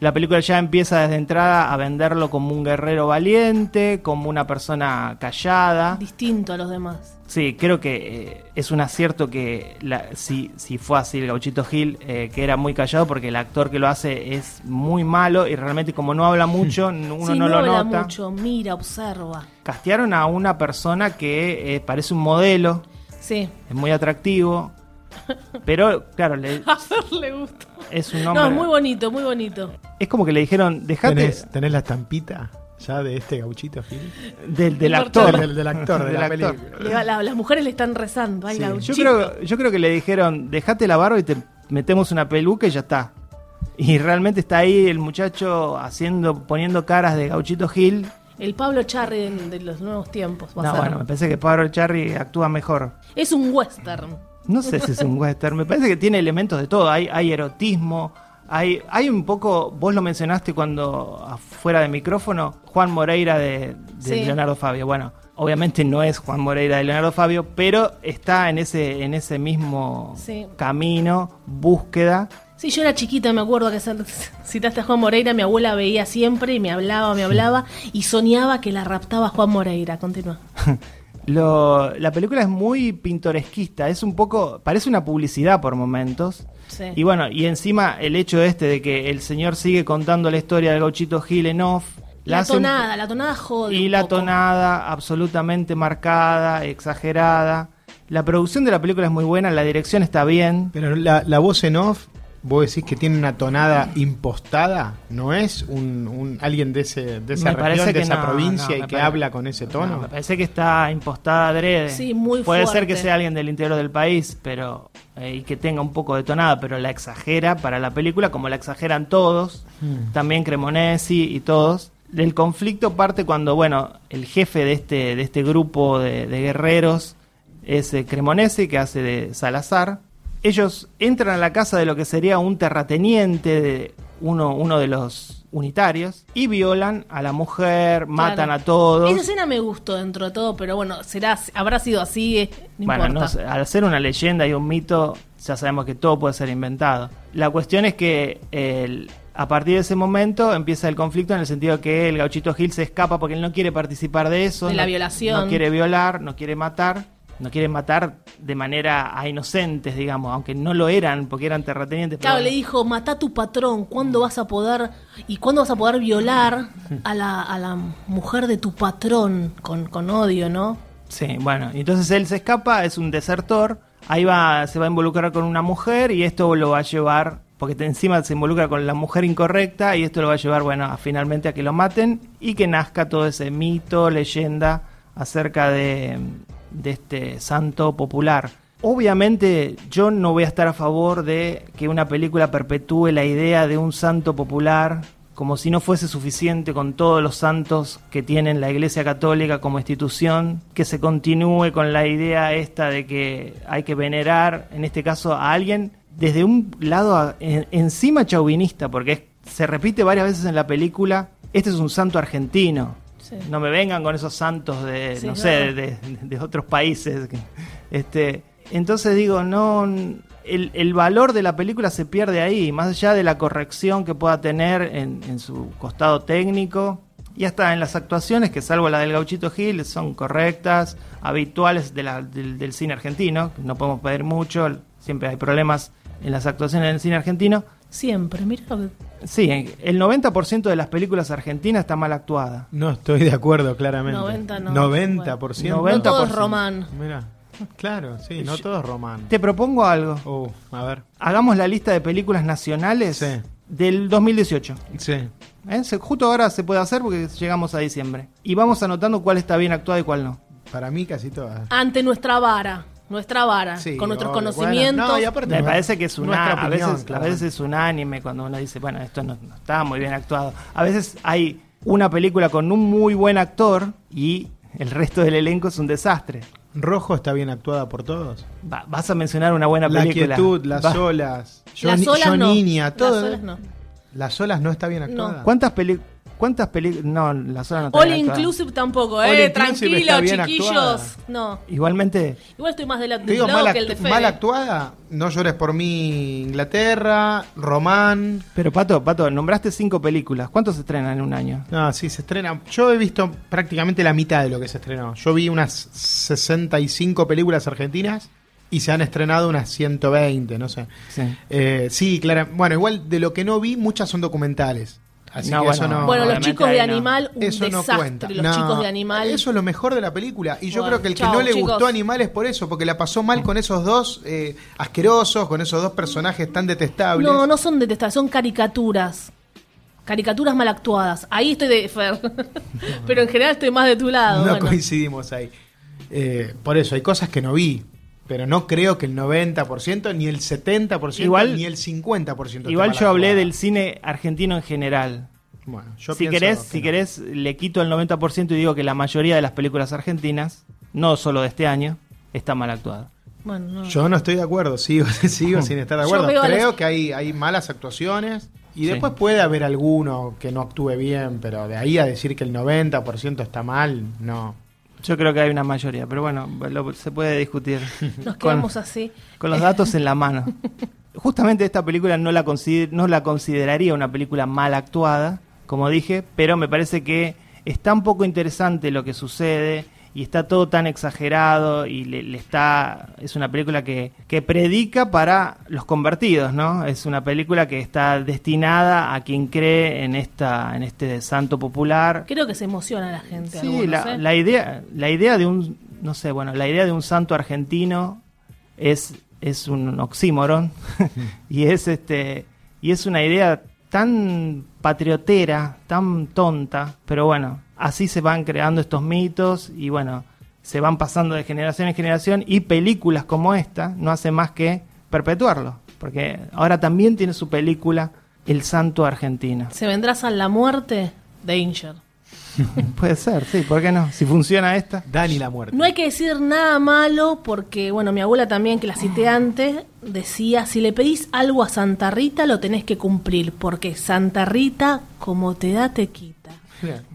Speaker 3: La película ya empieza desde entrada a venderlo como un guerrero valiente, como una persona callada.
Speaker 4: Distinto a los demás.
Speaker 3: Sí, creo que eh, es un acierto que la- si, si fue así el gauchito Gil, eh, que era muy callado porque el actor que lo hace es muy malo y realmente como no habla mucho, uno
Speaker 4: Sí,
Speaker 3: no, lo
Speaker 4: habla
Speaker 3: nota.
Speaker 4: mucho, mira, observa.
Speaker 3: Castearon a una persona que eh, parece un modelo,
Speaker 4: Sí.
Speaker 3: es muy atractivo, pero claro, le-
Speaker 4: [laughs] A ver, le gusta.
Speaker 3: es un
Speaker 4: No,
Speaker 3: hombre.
Speaker 4: es muy bonito, muy bonito.
Speaker 3: es como que le dijeron, dejate
Speaker 2: ¿Tenés, tenés la estampita ya de este gauchito, Gil?
Speaker 3: del, del
Speaker 4: Del
Speaker 3: actor.
Speaker 2: Del, [laughs] del actor, de
Speaker 3: Del
Speaker 2: la
Speaker 3: actor.
Speaker 2: película.
Speaker 4: Le va- la- las mujeres le están rezando. Ay,
Speaker 2: Sí.
Speaker 4: gauchito.
Speaker 3: Yo creo, yo creo que le dijeron, dejate la barba y te metemos una peluca y ya está. Y realmente está ahí el muchacho haciendo, poniendo caras de Gauchito Gil.
Speaker 4: El Pablo Charri de, de los nuevos tiempos. va a
Speaker 3: No,
Speaker 4: ser.
Speaker 3: bueno, me parece que Pablo Charri actúa mejor.
Speaker 4: Es un western.
Speaker 3: No sé si es un western, me parece que tiene elementos de todo. Hay, hay erotismo, hay, hay un poco, vos lo mencionaste cuando afuera de micrófono, Juan Moreira de, de
Speaker 4: Sí.
Speaker 3: Leonardo Fabio. Bueno, obviamente no es Juan Moreira de Leonardo Fabio, pero está en ese, en ese mismo
Speaker 4: Sí.
Speaker 3: camino, búsqueda.
Speaker 4: Sí, yo era chiquita, me acuerdo que se- [laughs] citaste a Juan Moreira, mi abuela veía siempre y me hablaba, me hablaba y soñaba que la raptaba Juan Moreira. Continúa.
Speaker 3: Lo- la película es muy pintoresquista, es un poco, parece una publicidad por momentos.
Speaker 4: Sí.
Speaker 3: Y bueno, y encima el hecho este de que el señor sigue contando la historia del gauchito Gil en off. la
Speaker 4: La
Speaker 3: hace un-
Speaker 4: tonada, la tonada jode.
Speaker 3: Y
Speaker 4: un
Speaker 3: la
Speaker 4: poco.
Speaker 3: tonada absolutamente marcada, exagerada. La producción de la película es muy buena, la dirección está bien.
Speaker 2: Pero la, la voz en off, vos decís que tiene una tonada impostada, ¿no es un, un- alguien de, ese, de esa
Speaker 3: Me parece
Speaker 2: región, de
Speaker 3: que
Speaker 2: esa
Speaker 3: no,
Speaker 2: provincia
Speaker 3: no,
Speaker 2: y
Speaker 3: me
Speaker 2: que
Speaker 3: parece-
Speaker 2: habla con ese tono?
Speaker 3: No, me parece que está impostada adrede.
Speaker 4: Sí, muy
Speaker 3: Puede ser
Speaker 4: fuerte.
Speaker 3: que sea alguien del interior del país, pero eh, y que tenga un poco de tonada, pero la exagera para la película, como la exageran todos,
Speaker 2: Mm.
Speaker 3: también Cremonesi y todos. El conflicto parte cuando, bueno, el jefe de este, de este grupo de, de guerreros es eh, Cremonesi, que hace de Salazar. Ellos entran a la casa de lo que sería un terrateniente de uno, uno de los unitarios y violan a la mujer, matan a todos.
Speaker 4: Esa escena me gustó dentro de todo, pero bueno, será, habrá sido así, eh, no
Speaker 3: bueno, no
Speaker 4: importa.
Speaker 3: sé, al ser una leyenda y un mito, ya sabemos que todo puede ser inventado. La cuestión es que el- a partir de ese momento empieza el conflicto en el sentido que el gauchito Gil se escapa porque él no quiere participar de eso.
Speaker 4: De la
Speaker 3: no-
Speaker 4: violación.
Speaker 3: No quiere violar, no quiere matar. no quieren matar de manera a inocentes, digamos, aunque no lo eran porque eran terratenientes.
Speaker 4: Claro,
Speaker 3: pero-
Speaker 4: le dijo, matá a tu patrón, ¿cuándo vas a poder, y cuándo vas a poder violar a la, a la mujer de tu patrón con, con odio, ¿no?
Speaker 3: Sí, bueno, y entonces él se escapa, es un desertor, ahí va, se va a involucrar con una mujer y esto lo va a llevar, porque te- encima se involucra con la mujer incorrecta y esto lo va a llevar, bueno, a- finalmente a que lo maten y que nazca todo ese mito, leyenda acerca de, de este santo popular. Obviamente yo no voy a estar a favor de que una película perpetúe la idea de un santo popular como si no fuese suficiente con todos los santos que tienen la Iglesia Católica como institución, que se continúe con la idea esta de que hay que venerar, en este caso, a alguien desde un lado a- en- encima chauvinista, porque es- se repite varias veces en la película, este es un santo argentino.
Speaker 4: Sí.
Speaker 3: No me vengan con esos santos de,
Speaker 4: Sí,
Speaker 3: eh, no
Speaker 4: es
Speaker 3: sé,
Speaker 4: verdad.
Speaker 3: de, de, de otros países. que- Este, entonces digo, no el, el valor de la película se pierde ahí, más allá de la corrección que pueda tener en, en su costado técnico. Y hasta en las actuaciones, que salvo la del Gauchito Gil, son correctas, habituales de la- del, del cine argentino. No podemos pedir mucho, siempre hay problemas en las actuaciones del cine argentino.
Speaker 4: Siempre, mira lo que-
Speaker 3: Sí, el 90% de las películas argentinas está mal actuada.
Speaker 2: No estoy de acuerdo, claramente.
Speaker 4: 90 no.
Speaker 2: 90%.
Speaker 4: No todo es
Speaker 3: 90%.
Speaker 4: Román.
Speaker 2: Mirá. Claro, sí, no todo es román.
Speaker 3: Te propongo algo.
Speaker 2: Oh, a ver.
Speaker 3: Hagamos la lista de películas nacionales
Speaker 2: Sí.
Speaker 3: del 2018.
Speaker 2: Sí.
Speaker 3: ¿eh? Se- justo ahora se puede hacer porque llegamos a diciembre. Y vamos anotando cuál está bien actuada y cuál no.
Speaker 2: Para mí casi todas.
Speaker 4: Ante nuestra vara, nuestra vara,
Speaker 2: Sí,
Speaker 4: Ah, con nuestros
Speaker 2: obvio.
Speaker 4: conocimientos.
Speaker 2: Bueno, no, y aparte
Speaker 3: Me
Speaker 2: no-
Speaker 3: parece que es un
Speaker 2: nuestra
Speaker 3: a,
Speaker 2: opinión,
Speaker 3: veces, a
Speaker 2: claro.
Speaker 3: veces es unánime cuando uno dice, bueno, esto no, no está muy bien actuado. A veces hay una película con un muy buen actor y el resto del elenco es un desastre.
Speaker 2: Rojo está bien actuada por todos.
Speaker 3: Va- vas a mencionar una buena
Speaker 2: La
Speaker 3: película.
Speaker 2: quietud, las
Speaker 3: Va-
Speaker 2: olas. Yo,
Speaker 4: las
Speaker 2: ni-
Speaker 4: olas
Speaker 2: yo
Speaker 4: no.
Speaker 2: niña, todo. eh.
Speaker 4: Las olas no.
Speaker 2: Las olas no está bien actuada.
Speaker 3: ¿Cuántas películas? ¿Cuántas películas? No, la sola no está
Speaker 4: All
Speaker 3: bien actuada.
Speaker 4: inclusive tampoco,
Speaker 2: All
Speaker 4: eh,
Speaker 2: inclusive
Speaker 4: tranquilo,
Speaker 2: está bien
Speaker 4: chiquillos.
Speaker 2: actuada.
Speaker 4: No.
Speaker 3: Igualmente,
Speaker 4: Igual estoy más de la,
Speaker 2: Te
Speaker 4: del
Speaker 2: digo,
Speaker 4: lado
Speaker 2: mal,
Speaker 4: que el
Speaker 2: actu-
Speaker 4: de Fede.
Speaker 2: mal actuada, no llores por mí, Inglaterra, Román.
Speaker 3: Pero Pato, Pato, nombraste cinco películas. ¿Cuántos se estrenan en un año?
Speaker 2: No, sí, se estrena. Yo he visto prácticamente la mitad de lo que se estrenó. Yo vi unas 65 películas argentinas y se han estrenado unas 120, no sé.
Speaker 3: Sí.
Speaker 2: Eh, sí, claro. Bueno, igual de lo que no vi, muchas son documentales. Así
Speaker 3: No,
Speaker 2: que eso
Speaker 3: bueno.
Speaker 2: no.
Speaker 4: bueno, los
Speaker 3: obviamente
Speaker 4: chicos
Speaker 3: ahí
Speaker 4: de
Speaker 3: no.
Speaker 4: Animal, un
Speaker 2: eso no
Speaker 4: desastre.
Speaker 2: cuenta.
Speaker 4: Los
Speaker 2: No,
Speaker 4: chicos de Animal.
Speaker 2: Eso es lo mejor de la película. Y yo
Speaker 4: Bueno,
Speaker 2: creo que el que
Speaker 4: chau,
Speaker 2: no le
Speaker 4: chicos.
Speaker 2: gustó Animal es por eso, porque la pasó mal con esos dos eh, asquerosos, con esos dos personajes tan detestables.
Speaker 4: No, no son detestables, son caricaturas. Caricaturas mal actuadas. Ahí estoy de Fer. [laughs] Pero en general estoy más de tu lado.
Speaker 2: No
Speaker 4: bueno.
Speaker 2: coincidimos ahí. Eh, por eso, hay cosas que no vi. Pero no creo que el 90%, ni el 70%,
Speaker 3: Igual-
Speaker 2: ni el 50%.
Speaker 3: Igual
Speaker 2: esté mal
Speaker 3: yo hablé
Speaker 2: actuada.
Speaker 3: del cine argentino en general.
Speaker 2: Bueno, yo
Speaker 3: si
Speaker 2: pienso
Speaker 3: querés,
Speaker 2: que
Speaker 3: si
Speaker 2: no.
Speaker 3: querés, le quito el 90% y digo que la mayoría de las películas argentinas, no solo de este año, está mal actuada.
Speaker 4: Bueno, no.
Speaker 2: Yo no estoy de acuerdo, [laughs] sigo, sigo sin estar de
Speaker 4: Yo
Speaker 2: acuerdo.
Speaker 4: veo a
Speaker 2: Creo
Speaker 4: los-
Speaker 2: que hay, hay malas actuaciones y
Speaker 3: Sí.
Speaker 2: después puede haber alguno que no actúe bien, pero de ahí a decir que el 90% está mal, no.
Speaker 3: Yo creo que hay una mayoría, pero bueno, lo- se puede discutir.
Speaker 4: Nos
Speaker 3: Con-
Speaker 4: quedamos así.
Speaker 3: Con los datos en la mano. Justamente esta película no la, consider- no la consideraría una película mal actuada, como dije, pero me parece que es tan poco interesante lo que sucede y está todo tan exagerado y le, le está es una película que, que predica para los convertidos, ¿no? Es una película que está destinada a quien cree en esta en este santo popular.
Speaker 4: Creo que se emociona la gente.
Speaker 3: Sí,
Speaker 4: algunos,
Speaker 3: la,
Speaker 4: ¿eh?
Speaker 3: la idea, la idea de un, no sé, bueno, la idea de un santo argentino es, es un oxímoron [laughs] y es este, y es una idea tan patriotera, tan tonta, pero bueno, así se van creando estos mitos y bueno, se van pasando de generación en generación y películas como esta no hacen más que perpetuarlo, porque ahora también tiene su película El Santo Argentino.
Speaker 4: Se vendrás a la muerte de Inger.
Speaker 3: Puede ser, sí, ¿por qué no? Si funciona esta.
Speaker 2: Dani la muerte.
Speaker 4: No hay que decir nada malo porque, bueno, mi abuela también, que la cité
Speaker 2: Ah.
Speaker 4: antes, decía, si le pedís algo a Santa Rita, lo tenés que cumplir, porque Santa Rita, como te da, te quita.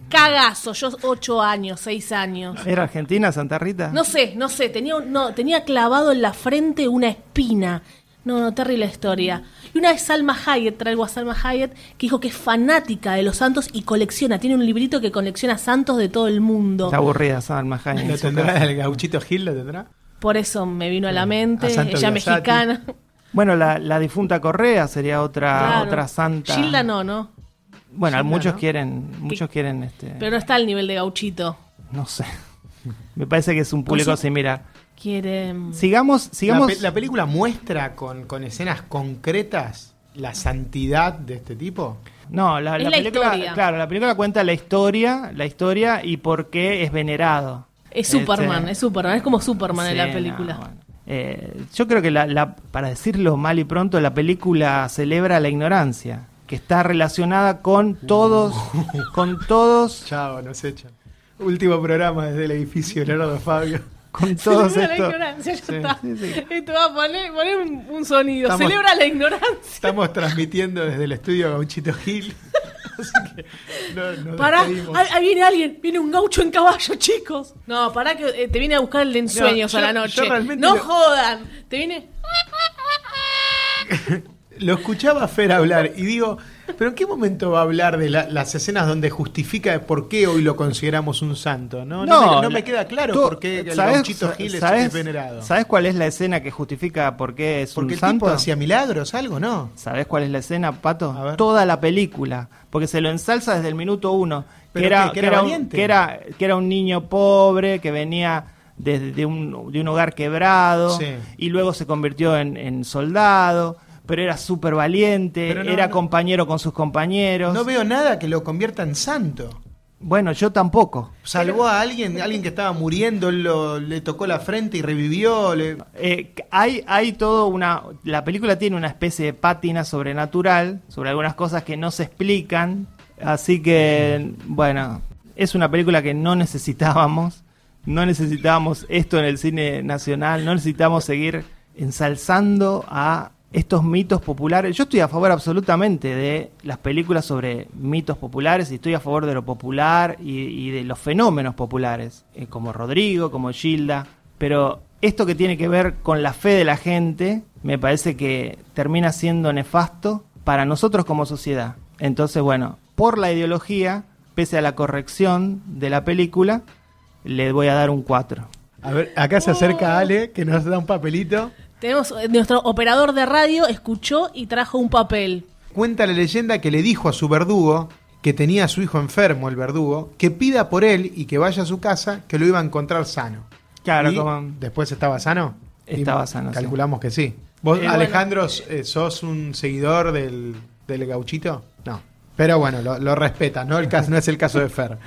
Speaker 4: Cagazo, yo ocho años, seis años.
Speaker 3: ¿Era Argentina, Santa Rita?
Speaker 4: No sé, no sé, tenía, un- no, tenía clavado en la frente una espina. No, no, terrible historia. Y una vez Salma Hayek, traigo a Salma Hayek, que dijo que es fanática de los santos y colecciona, tiene un librito que colecciona santos de todo el mundo.
Speaker 3: Está aburrida Salma Hayek.
Speaker 2: ¿Lo tendrá el gauchito Gil? ¿Lo tendrá?
Speaker 4: Por eso me vino a la mente,
Speaker 2: A Santo
Speaker 4: ella
Speaker 2: Biasati.
Speaker 3: [laughs]
Speaker 4: mexicana.
Speaker 3: Bueno, la, la difunta Correa sería otra,
Speaker 4: Claro.
Speaker 3: otra santa.
Speaker 4: Gilda no, ¿no?
Speaker 3: Bueno,
Speaker 2: Gilda,
Speaker 3: muchos
Speaker 2: ¿no?
Speaker 3: quieren, muchos quieren este.
Speaker 4: Pero no está al nivel de gauchito.
Speaker 3: No sé. Me parece que es un público
Speaker 4: Pues sí.
Speaker 3: similar.
Speaker 4: Quiere... mm,
Speaker 3: Sigamos, sigamos.
Speaker 2: La, pe- la película muestra con, con escenas concretas la santidad de este tipo.
Speaker 3: No, la,
Speaker 4: Es
Speaker 3: la
Speaker 4: la
Speaker 3: película,
Speaker 4: historia.
Speaker 3: claro, la película cuenta la historia, la historia y por qué es venerado.
Speaker 4: Es Superman,
Speaker 3: Este,
Speaker 4: es Superman, es como Superman en
Speaker 3: sí,
Speaker 4: la
Speaker 3: no,
Speaker 4: película.
Speaker 3: bueno. Eh, yo creo que la, la- para decirlo mal y pronto, la película celebra la ignorancia, que está relacionada con
Speaker 2: Uh.
Speaker 3: todos, con todos,
Speaker 2: Chao, nos echan. Último programa desde el edificio
Speaker 3: [laughs]
Speaker 2: Leonardo Fabio. [laughs]
Speaker 3: con todos
Speaker 4: Celebra la
Speaker 3: estos.
Speaker 4: ignorancia, ya
Speaker 2: Sí,
Speaker 4: está.
Speaker 3: sí, sí.
Speaker 4: Esto va a poner, poner un, un sonido.
Speaker 2: Estamos-
Speaker 4: Celebra la ignorancia.
Speaker 2: Estamos transmitiendo desde el estudio Gauchito Gil. [laughs] Así que no, nos
Speaker 4: Pará,
Speaker 2: despedimos.
Speaker 4: ahí, ahí viene alguien, viene un gaucho en caballo, chicos. No, pará que eh, te viene a buscar el de ensueños
Speaker 2: No,
Speaker 4: a
Speaker 2: yo-
Speaker 4: la
Speaker 2: yo
Speaker 4: noche.
Speaker 2: realmente
Speaker 4: No
Speaker 2: lo-
Speaker 4: jodan, te viene.
Speaker 2: Lo escuchaba a Fer hablar y digo, ¿pero en qué momento va a hablar de la- las escenas donde justifica por qué hoy lo consideramos un santo? [laughs] No, no, me, no me
Speaker 3: la-
Speaker 2: queda claro
Speaker 3: tú,
Speaker 2: por qué el
Speaker 3: ¿sabes-
Speaker 2: Gauchito Gil es-
Speaker 3: ¿sabes-
Speaker 2: es venerado.
Speaker 3: ¿Sabes cuál es la escena que justifica por qué es
Speaker 2: Porque
Speaker 3: un
Speaker 2: el
Speaker 3: santo?
Speaker 2: tipo hacía milagros, algo, ¿no?
Speaker 3: ¿Sabés cuál es la escena,
Speaker 2: A
Speaker 3: Pato?
Speaker 2: ver.
Speaker 3: Toda la película. Porque se lo ensalza desde el minuto uno. Que
Speaker 2: ¿Pero
Speaker 3: era,
Speaker 2: qué? ¿Que era
Speaker 3: un-
Speaker 2: valiente?
Speaker 3: que era- que era un niño pobre, que venía desde de un, de un hogar quebrado.
Speaker 2: Sí.
Speaker 3: Y luego se convirtió en, en soldado. Pero era súper valiente.
Speaker 2: Pero no,
Speaker 3: era
Speaker 2: no.
Speaker 3: compañero con sus compañeros.
Speaker 2: No veo nada que lo convierta en santo.
Speaker 3: Bueno, yo tampoco.
Speaker 2: Salvó a alguien, alguien que estaba muriendo, él lo- le tocó la frente y revivió. le-
Speaker 3: Eh, hay, hay todo una. La película tiene una especie de pátina sobrenatural sobre algunas cosas que no se explican. Así que, bueno, es una película que no necesitábamos. No necesitábamos esto en el cine nacional. No necesitamos seguir ensalzando a estos mitos populares. Yo estoy a favor absolutamente de las películas sobre mitos populares y estoy a favor de lo popular y, y de los fenómenos populares, eh, como Rodrigo, como Gilda, pero esto que tiene que ver con la fe de la gente me parece que termina siendo nefasto para nosotros como sociedad. Entonces, bueno, por la ideología, pese a la corrección de la película, le voy a dar un 4.
Speaker 2: A ver, acá se acerca Ale, que nos da un papelito.
Speaker 4: Tenemos eh, nuestro operador de radio escuchó y trajo un papel.
Speaker 2: Cuenta la leyenda que le dijo a su verdugo, que tenía a su hijo enfermo, el verdugo, que pida por él y que vaya a su casa, que lo iba a encontrar sano.
Speaker 3: Claro,
Speaker 2: Y
Speaker 3: como-
Speaker 2: después estaba sano.
Speaker 3: Estaba
Speaker 2: Y
Speaker 3: sano, sí.
Speaker 2: Calculamos que sí. ¿Vos,
Speaker 4: Eh,
Speaker 2: Alejandro, eh, sos un seguidor del, del gauchito? No. Pero bueno, lo, lo respeta, ¿no? El caso, no es el caso de
Speaker 3: [laughs]
Speaker 2: Fer.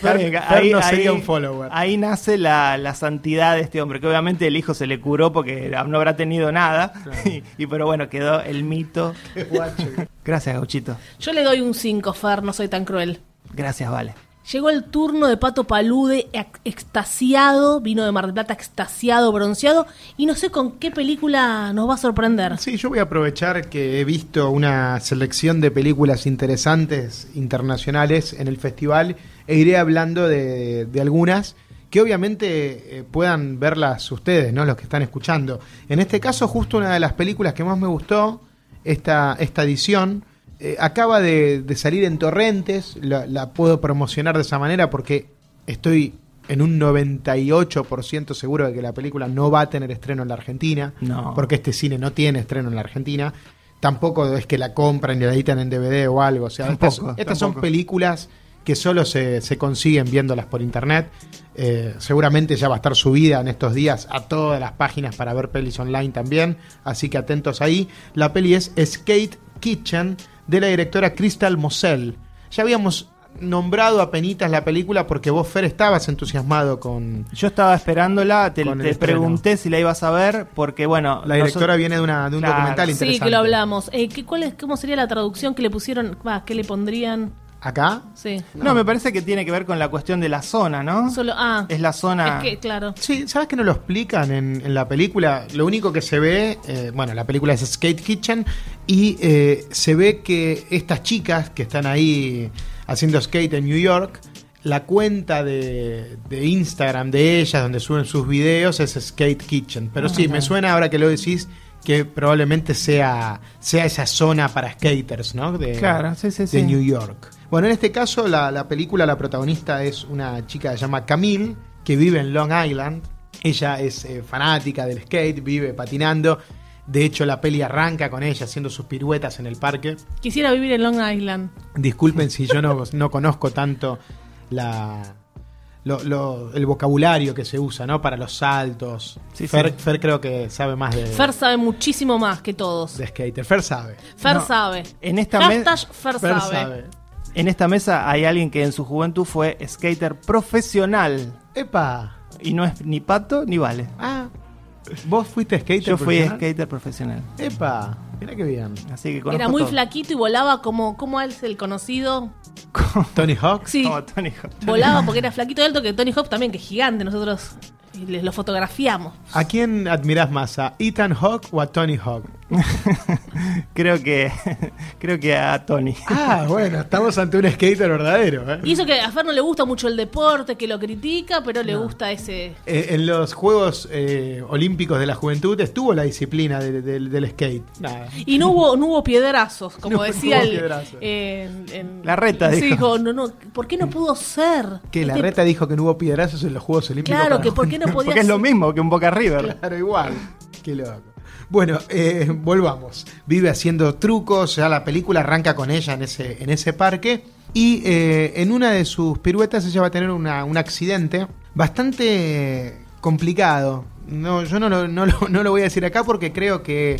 Speaker 2: Fer, Fer no sería un follower.
Speaker 3: ahí nace la, la santidad de este hombre, que obviamente el hijo se le curó porque no habrá tenido nada, [laughs] y, y pero bueno, quedó el mito.
Speaker 2: Guacho.
Speaker 3: Gracias, Gauchito.
Speaker 4: Yo le doy un 5, Fer, no soy tan cruel.
Speaker 3: Gracias, Vale.
Speaker 4: Llegó el turno de Pato Palude, ac- extasiado, vino de Mar del Plata extasiado, bronceado, y no sé con qué película nos va a sorprender.
Speaker 2: Sí, yo voy a aprovechar que he visto una selección de películas interesantes internacionales en el festival e iré hablando de, de algunas que obviamente eh, puedan verlas ustedes, ¿no? Los que están escuchando. En este caso, justo una de las películas que más me gustó esta, esta edición. eh, acaba de, de salir en torrentes, la, la puedo promocionar de esa manera porque estoy en un 98% seguro de que la película no va a tener estreno en la Argentina
Speaker 3: No.
Speaker 2: porque este cine no tiene estreno en la Argentina. Tampoco es que la compran y la editan en DVD o algo. O sea, estas-
Speaker 3: Tampoco,
Speaker 2: estas, son
Speaker 3: tampoco.
Speaker 2: películas que solo se, se consiguen viéndolas por internet. Eh, seguramente ya va a estar subida en estos días a todas las páginas para ver pelis online también. Así que atentos ahí. La peli es Skate Kitchen de la directora Crystal Mosell. Ya habíamos nombrado a penitas la película porque vos, Fer, estabas entusiasmado con...
Speaker 3: Yo estaba esperándola, te,
Speaker 2: Con el
Speaker 3: te
Speaker 2: estreno.
Speaker 3: pregunté si la ibas a ver, porque bueno...
Speaker 2: La directora
Speaker 3: nosotros-
Speaker 2: viene de, una, de un
Speaker 3: Claro.
Speaker 2: documental
Speaker 3: Sí,
Speaker 2: interesante.
Speaker 4: Sí, que lo hablamos. Eh, ¿qué- cuál es, ¿Cómo sería la traducción que le pusieron? Va, ¿Qué le pondrían?
Speaker 2: ¿Acá?
Speaker 4: Sí.
Speaker 3: No, me parece que tiene que ver con la cuestión de la zona, ¿no?
Speaker 4: Solo, ah,
Speaker 3: Es la zona...
Speaker 4: es que, claro.
Speaker 2: Sí, ¿sabes que no lo explican en, en la película? Lo único que se ve, eh, bueno, la película es Skate Kitchen y eh, se ve que estas chicas que están ahí haciendo skate en New York, la cuenta de, de Instagram de ellas, donde suben sus videos, es Skate Kitchen. Pero sí, me suena ahora que lo decís que probablemente sea, sea esa zona para skaters, ¿no? De,
Speaker 3: Claro, sí, sí,
Speaker 2: de
Speaker 3: sí.
Speaker 2: New York. Bueno, en este caso la, la película, la protagonista es una chica que se llama Camille, que vive en Long Island. Ella es eh, fanática del skate, vive patinando. De hecho, la peli arranca con ella haciendo sus piruetas en el parque.
Speaker 4: Quisiera vivir en Long Island.
Speaker 2: Disculpen si yo
Speaker 3: [laughs]
Speaker 2: no, no conozco tanto la, lo- lo- el vocabulario que se usa, ¿no? Para los saltos.
Speaker 3: Sí,
Speaker 2: Fer,
Speaker 3: sí.
Speaker 2: Fer creo que sabe más de,
Speaker 4: Fer sabe muchísimo más que todos.
Speaker 2: de skater. Fer sabe.
Speaker 4: Fer
Speaker 3: No.
Speaker 4: sabe.
Speaker 3: En esta me-
Speaker 4: Hashtag Fer,
Speaker 2: Fer
Speaker 4: sabe.
Speaker 2: sabe.
Speaker 3: En esta mesa hay alguien que en su juventud fue skater profesional.
Speaker 2: ¡Epa!
Speaker 3: Y no es ni pato ni vale.
Speaker 2: Ah, ¿vos fuiste skater?
Speaker 3: Yo fui
Speaker 2: profesional?
Speaker 3: skater profesional.
Speaker 2: ¡Epa! Mira qué bien.
Speaker 3: Así que
Speaker 4: Era
Speaker 3: conozco
Speaker 4: muy
Speaker 3: todo.
Speaker 4: flaquito y volaba como, como es el conocido.
Speaker 2: [laughs] Tony Hawk.
Speaker 4: Sí,
Speaker 3: Como Tony Hawk.
Speaker 4: volaba porque era flaquito y alto que Tony Hawk también, que es gigante. Nosotros les lo fotografiamos.
Speaker 2: ¿A quién admirás más? ¿A Ethan Hawk o a Tony Hawk?
Speaker 3: Creo que [laughs] creo que a Tony.
Speaker 2: [laughs] Ah, bueno, estamos ante un skater verdadero. ¿eh?
Speaker 4: Y eso que a Fer no le gusta mucho el deporte, que lo critica, pero le gusta ese...
Speaker 2: Eh, en los Juegos eh, Olímpicos de la Juventud estuvo la disciplina de- de- del skate. Nada.
Speaker 4: Y no hubo, no hubo piedrazos,
Speaker 2: No,
Speaker 4: como
Speaker 2: no
Speaker 4: decía
Speaker 2: hubo
Speaker 4: el...
Speaker 2: piedrazos.
Speaker 4: eh, en- en-
Speaker 3: La reta,
Speaker 4: Sí,
Speaker 3: dijo.
Speaker 4: dijo, no, no, ¿por qué no pudo ser?
Speaker 2: Que la
Speaker 4: Este-
Speaker 2: reta dijo que no hubo piedrazos en los Juegos Olímpicos.
Speaker 4: Claro,
Speaker 2: para-
Speaker 4: que por
Speaker 2: [laughs]
Speaker 4: qué no podía
Speaker 3: Porque es lo
Speaker 4: ser-
Speaker 3: mismo que un Boca River.
Speaker 2: Claro, [laughs] igual. Qué loco. Bueno, eh, volvamos. Vive haciendo trucos, ya la película arranca con ella en ese, en ese parque. Y eh, en una de sus piruetas ella va a tener una- un accidente bastante complicado. No, yo no lo, no lo- no lo voy a decir acá porque creo que,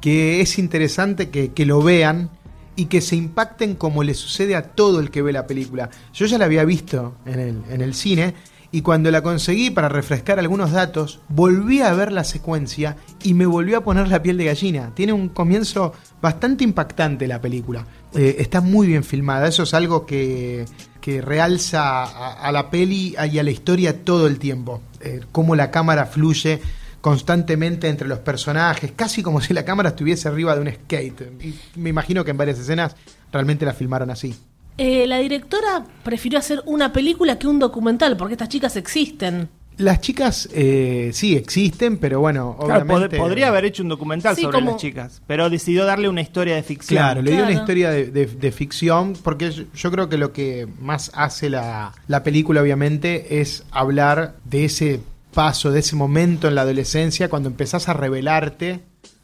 Speaker 2: que es interesante que, que lo vean y que se impacten como le sucede a todo el que ve la película. Yo ya la había visto en el, en el cine y cuando la conseguí para refrescar algunos datos, volví a ver la secuencia y me volvió a poner la piel de gallina. Tiene un comienzo bastante impactante la película. Eh, está muy bien filmada, eso es algo que, que realza a, a la peli y a la historia todo el tiempo. Eh, cómo la cámara fluye constantemente entre los personajes, casi como si la cámara estuviese arriba de un skate. Y me imagino que en varias escenas realmente la filmaron así.
Speaker 4: Eh, la directora prefirió hacer una película que un documental, porque estas chicas existen.
Speaker 2: Las chicas eh, sí existen, pero bueno,
Speaker 3: Claro, pod-
Speaker 2: obviamente.
Speaker 3: podría haber hecho un documental
Speaker 4: Sí,
Speaker 3: sobre
Speaker 4: como-
Speaker 3: las chicas, pero decidió darle una historia de ficción.
Speaker 2: Claro, le dio una
Speaker 4: Claro.
Speaker 2: historia de, de- de ficción, porque yo, yo creo que lo que más hace la, la película, obviamente, es hablar de ese paso, de ese momento en la adolescencia, cuando empezás a rebelarte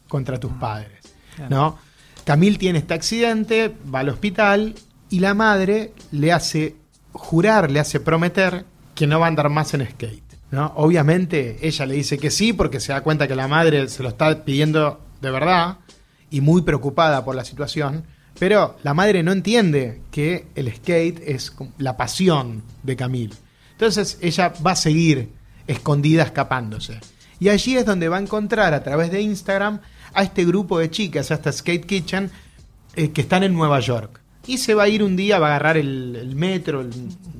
Speaker 2: contra tus padres,
Speaker 3: Claro.
Speaker 2: ¿no? Camil tiene este accidente, va al hospital y la madre le hace jurar, le hace prometer que no va a andar más en skate, ¿no? Obviamente ella le dice que sí porque se da cuenta que la madre se lo está pidiendo de verdad y muy preocupada por la situación, pero la madre no entiende que el skate es como la pasión de Camil. Entonces ella va a seguir escondida escapándose. Y allí es donde va a encontrar a través de Instagram a este grupo de chicas, a esta Skate Kitchen, eh, que están en Nueva York. Y se va a ir un día, va a agarrar el, el metro. el-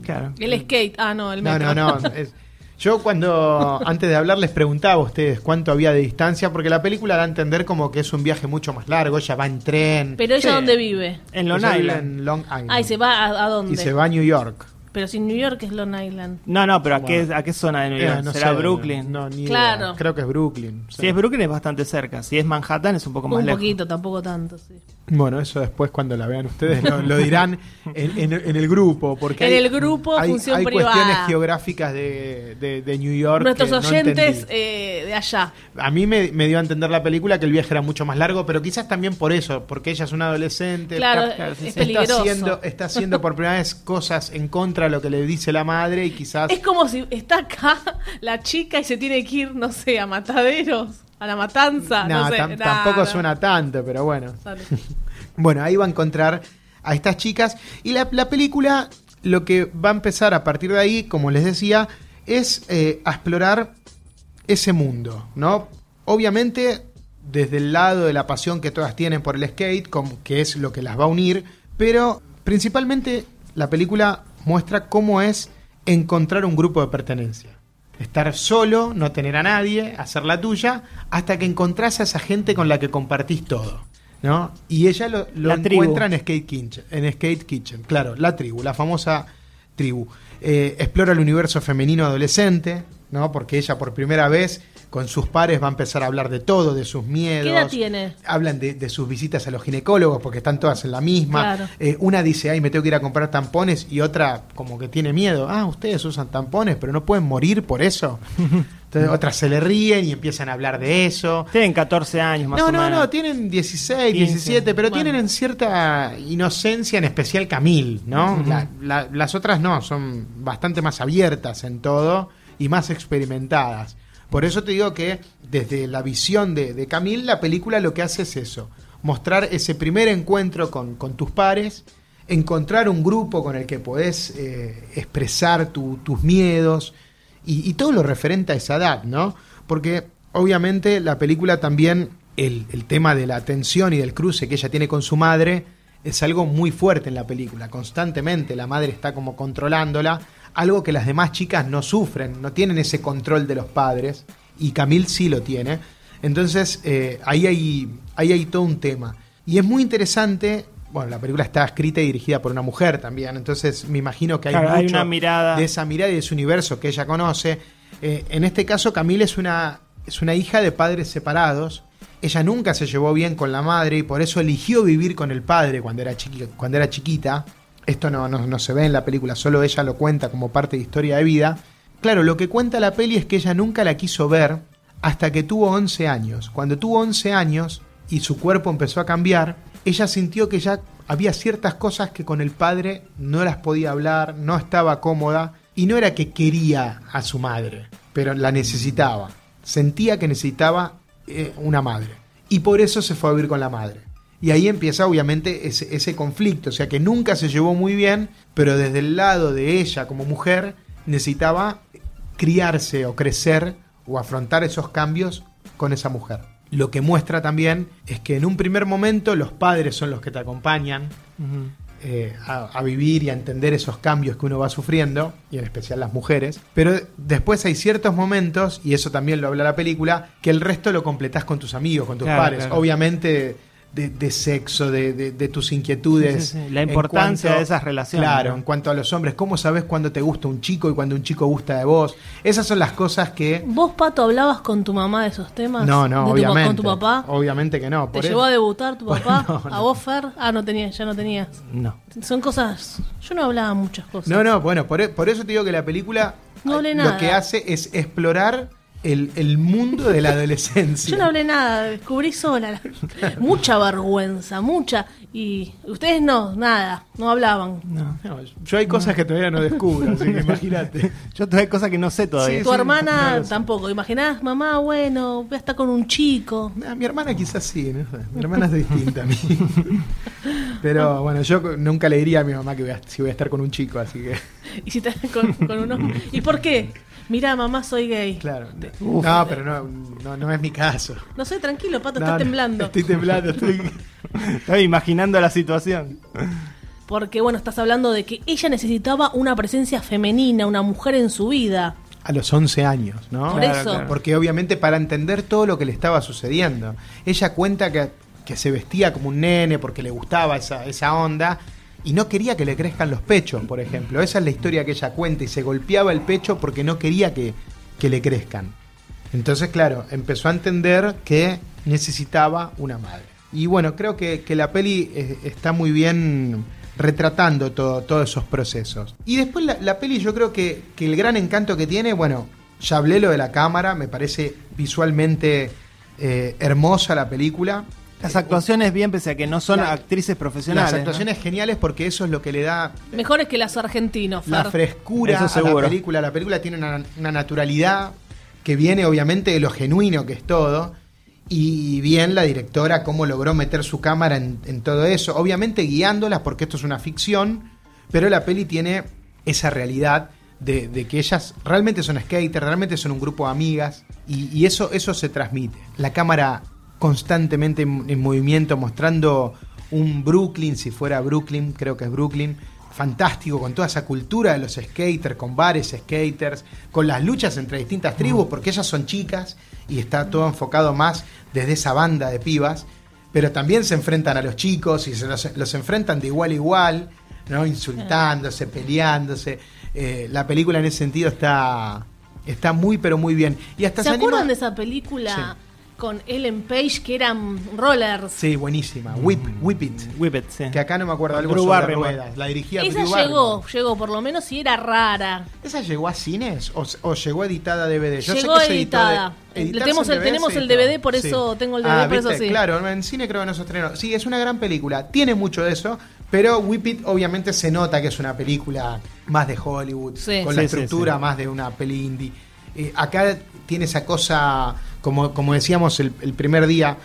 Speaker 3: Claro.
Speaker 4: El skate, ah, no, el
Speaker 2: No,
Speaker 4: metro.
Speaker 2: no, no. es- Yo cuando, antes de hablar, les preguntaba a ustedes cuánto había de distancia, porque la película da a entender como que es un viaje mucho más largo, ella va en tren.
Speaker 4: Pero ella,
Speaker 3: Sí.
Speaker 4: ¿dónde vive?
Speaker 3: En Long
Speaker 2: Ella vive
Speaker 3: Island.
Speaker 2: en Long Island.
Speaker 4: Ah, y se va a, a dónde.
Speaker 2: Y se va a New York.
Speaker 4: Pero si New York es Long Island.
Speaker 3: No, no, pero ¿a, qué, ¿a qué zona de New York?
Speaker 2: Eh, no
Speaker 3: ¿Será
Speaker 2: sé,
Speaker 3: Brooklyn?
Speaker 2: No, ni idea.
Speaker 4: Claro.
Speaker 2: Creo que es Brooklyn. sí.
Speaker 3: Si es Brooklyn es bastante cerca. Si es Manhattan es un poco más
Speaker 4: Un
Speaker 3: lejos.
Speaker 4: poquito, tampoco tanto. sí.
Speaker 2: Bueno, eso después cuando la vean ustedes lo, lo dirán en, en- en el grupo. Porque
Speaker 4: En
Speaker 2: hay-
Speaker 4: el grupo,
Speaker 2: hay,
Speaker 4: función
Speaker 2: hay
Speaker 4: privada.
Speaker 2: cuestiones geográficas de, de- de New York.
Speaker 4: Nuestros
Speaker 2: que no
Speaker 4: oyentes
Speaker 2: entendí.
Speaker 4: eh, de allá.
Speaker 2: A mí me, me dio a entender la película que el viaje era mucho más largo, pero quizás también por eso, porque ella es una adolescente.
Speaker 4: Claro,
Speaker 2: está-
Speaker 4: es
Speaker 2: está,
Speaker 4: peligroso.
Speaker 2: haciendo, está haciendo por primera vez cosas en contra de lo que le dice la madre y quizás.
Speaker 4: Es como si está acá la chica y se tiene que ir, no sé, a mataderos, a la matanza.
Speaker 2: Nah,
Speaker 4: ah, no sé,
Speaker 2: tam-
Speaker 4: nah,
Speaker 2: tampoco
Speaker 4: nah.
Speaker 2: suena tanto, pero bueno.
Speaker 4: Sale.
Speaker 2: Bueno, ahí va a encontrar a estas chicas. Y la, la película, lo que va a empezar a partir de ahí, como les decía, es eh, a explorar ese mundo, ¿no? Obviamente, desde el lado de la pasión que todas tienen por el skate, como que es lo que las va a unir, pero principalmente la película muestra cómo es encontrar un grupo de pertenencia. Estar solo, no tener a nadie, hacer la tuya, hasta que encontrás a esa gente con la que compartís todo. ¿no? Y ella lo, lo
Speaker 3: La tribu.
Speaker 2: encuentra en Skate Kitchen, en Skate Kitchen, claro, la tribu, la famosa tribu. Eh, explora el universo femenino adolescente, ¿no? Porque ella por primera vez con sus pares va a empezar a hablar de todo, de sus miedos.
Speaker 4: ¿Qué edad tiene?
Speaker 2: Hablan de, de sus visitas a los ginecólogos porque están todas en la misma.
Speaker 4: Claro.
Speaker 2: Eh, una dice, ay, me tengo que ir a comprar tampones y otra como que tiene miedo. Ah, ustedes usan tampones, pero no pueden morir por eso. Entonces otras se le ríen y empiezan a hablar de eso.
Speaker 3: Tienen 14 años más
Speaker 2: No,
Speaker 3: o
Speaker 2: no,
Speaker 3: menos.
Speaker 2: no, tienen 16,
Speaker 3: 15,
Speaker 2: 17, pero
Speaker 4: bueno.
Speaker 2: tienen cierta inocencia, en especial Camil, ¿no? La- la- las otras no, son bastante más abiertas en todo y más experimentadas. Por eso te digo que desde la visión de, de Camil, la película lo que hace es eso, mostrar ese primer encuentro con, con tus pares, encontrar un grupo con el que podés eh, expresar tu- tus miedos, y, y todo lo referente a esa edad, ¿no? Porque obviamente la película también, el, el tema de la tensión y del cruce que ella tiene con su madre, es algo muy fuerte en la película. Constantemente la madre está como controlándola, algo que las demás chicas no sufren, no tienen ese control de los padres, y Camille sí lo tiene. Entonces eh, ahí, hay, ahí hay todo un tema. Y es muy interesante. Bueno, la película está escrita y dirigida por una mujer también, entonces me imagino que hay,
Speaker 3: Claro, hay
Speaker 2: mucho
Speaker 3: una mirada.
Speaker 2: de esa mirada y de ese universo que ella conoce. Eh, en este caso, Camila es una, es una hija de padres separados. Ella nunca se llevó bien con la madre y por eso eligió vivir con el padre cuando era, chiqui- cuando era chiquita. Esto no, no, no se ve en la película, solo ella lo cuenta como parte de historia de vida. Claro, lo que cuenta la peli es que ella nunca la quiso ver hasta que tuvo 11 años. Cuando tuvo 11 años y su cuerpo empezó a cambiar, ella sintió que ya había ciertas cosas que con el padre no las podía hablar, no estaba cómoda y no era que quería a su madre, pero la necesitaba. Sentía que necesitaba eh, una madre y por eso se fue a vivir con la madre. Y ahí empieza obviamente ese, ese conflicto, o sea que nunca se llevó muy bien, pero desde el lado de ella como mujer necesitaba criarse o crecer o afrontar esos cambios con esa mujer. Lo que muestra también es que en un primer momento los padres son los que te acompañan
Speaker 3: Ujú.
Speaker 2: eh, a, a vivir y a entender esos cambios que uno va sufriendo, y en especial las mujeres. Pero después hay ciertos momentos, y eso también lo habla la película, que el resto lo completás con tus amigos, con tus
Speaker 3: Claro,
Speaker 2: pares.
Speaker 3: claro.
Speaker 2: Obviamente de, de sexo, de, de- de tus inquietudes.
Speaker 3: Sí, sí, sí. La
Speaker 2: en
Speaker 3: importancia de esas relaciones,
Speaker 2: Claro,
Speaker 3: ¿no?
Speaker 2: en cuanto a los hombres, ¿cómo sabes cuándo te gusta un chico y cuando un chico gusta de vos? Esas son las cosas que...
Speaker 4: ¿Vos, Pato, hablabas con tu mamá de esos temas?
Speaker 2: No, no,
Speaker 4: ¿De tu pa-
Speaker 2: obviamente.
Speaker 4: ¿Con tu papá?
Speaker 2: Obviamente que no.
Speaker 4: ¿Te
Speaker 2: por eso-
Speaker 4: llevó a debutar tu
Speaker 2: Por-
Speaker 4: papá?
Speaker 2: [laughs] no,
Speaker 4: ¿A
Speaker 2: no.
Speaker 4: vos, Fer? Ah, no tenías, ya no tenías.
Speaker 3: No.
Speaker 4: Son cosas... Yo no hablaba muchas cosas.
Speaker 2: No, no, bueno, por, e- por eso te digo que la película
Speaker 4: No hablé
Speaker 2: lo
Speaker 4: nada.
Speaker 2: que hace es explorar el, el mundo de la adolescencia.
Speaker 4: Yo no hablé nada, descubrí sola. [laughs] mucha vergüenza, mucha. Y ustedes no, nada, no hablaban.
Speaker 3: No.
Speaker 2: No, yo hay cosas que todavía no descubro, así [laughs] que imagínate.
Speaker 3: Yo todavía hay cosas que no sé todavía.
Speaker 2: Sí,
Speaker 4: tu hermana
Speaker 2: no lo sé.
Speaker 4: tampoco. Imaginás, mamá, bueno, voy a estar con un chico.
Speaker 2: Ah, mi hermana quizás sí, ¿no? mi hermana es distinta a mí. Pero bueno, yo co- nunca le diría a mi mamá que voy a- si voy a estar con un chico, así que
Speaker 4: [laughs] Y si te con, con un hombre. ¿Y por qué? Mirá, mamá, soy gay.
Speaker 2: claro. No, pero no, no, no es mi caso.
Speaker 4: No sé, tranquilo, pato,
Speaker 2: No,
Speaker 4: estás
Speaker 2: no,
Speaker 4: temblando.
Speaker 2: Estoy temblando, estoy...
Speaker 3: Estoy imaginando la situación.
Speaker 4: Porque, bueno, estás hablando de que ella necesitaba una presencia femenina, una mujer en su vida.
Speaker 2: A los 11 años, ¿no?
Speaker 4: Por eso.
Speaker 2: Porque obviamente para entender todo lo que le estaba sucediendo. Ella cuenta que, que se vestía como un nene porque le gustaba esa, esa onda y no quería que le crezcan los pechos, por ejemplo. Esa es la historia que ella cuenta y se golpeaba el pecho porque no quería que, que le crezcan. Entonces, claro, empezó a entender que necesitaba una madre. Y bueno, creo que, que la peli eh, está muy bien retratando todo- todos esos procesos. Y después la, la peli yo creo que, que el gran encanto que tiene, bueno, ya hablé lo de la cámara, me parece visualmente eh, hermosa la película.
Speaker 3: Las actuaciones bien, pese a que no son
Speaker 2: La-
Speaker 3: actrices profesionales.
Speaker 2: Las actuaciones geniales porque eso es lo que le da
Speaker 4: Mejores que las argentinos, Fer.
Speaker 2: la frescura
Speaker 3: Eso
Speaker 2: a la
Speaker 3: seguro.
Speaker 2: película. La película tiene una, una naturalidad que viene obviamente de lo genuino que es todo. Y bien la directora cómo logró meter su cámara en, en todo eso. Obviamente guiándolas porque esto es una ficción, pero la peli tiene esa realidad de, de que ellas realmente son skaters, realmente son un grupo de amigas. Y, y eso, eso se transmite. La cámara constantemente en, en movimiento mostrando un Brooklyn, si fuera Brooklyn, creo que es Brooklyn, fantástico con toda esa cultura de los skaters, con bares skaters, con las luchas entre distintas tribus, porque ellas son chicas y está todo enfocado más desde esa banda de pibas, pero también se enfrentan a los chicos y se los, los enfrentan de igual a igual, ¿no? insultándose, peleándose. Eh, la película en ese sentido está, Está muy, pero muy bien. Y hasta
Speaker 4: ¿Se
Speaker 2: anima-
Speaker 4: acuerdan de esa película con Ellen Page que eran rollers?
Speaker 2: Sí, buenísima. Whip, Whip It.
Speaker 3: Whippet, sí.
Speaker 2: Que acá no me acuerdo
Speaker 3: Con
Speaker 2: algo
Speaker 3: Drew
Speaker 2: sobre
Speaker 3: Barrymore.
Speaker 2: ruedas. La dirigía
Speaker 4: Esa
Speaker 2: Drew Barrymore.
Speaker 4: llegó, llegó por lo menos y era rara.
Speaker 2: ¿Esa llegó a cines o, o llegó editada a DVD? Yo
Speaker 4: Llegó
Speaker 2: sé que se editó de-
Speaker 4: editada.
Speaker 2: editarse
Speaker 4: Tenemos
Speaker 2: en
Speaker 4: el- tenemos
Speaker 2: se
Speaker 4: el
Speaker 2: editó.
Speaker 4: DVD, por eso tengo el DVD,
Speaker 2: Ah,
Speaker 4: por eso
Speaker 2: ¿viste?
Speaker 4: sí.
Speaker 2: Claro, en cine creo que no se estrenó. Sí, es una gran película. Tiene mucho de eso, pero Whip It obviamente se nota que es una película más de Hollywood,
Speaker 4: Sí.
Speaker 2: con la
Speaker 3: Sí, sí,
Speaker 2: estructura
Speaker 3: sí.
Speaker 2: más de una peli indie. Eh, acá tiene esa cosa, como, como decíamos el, el primer día,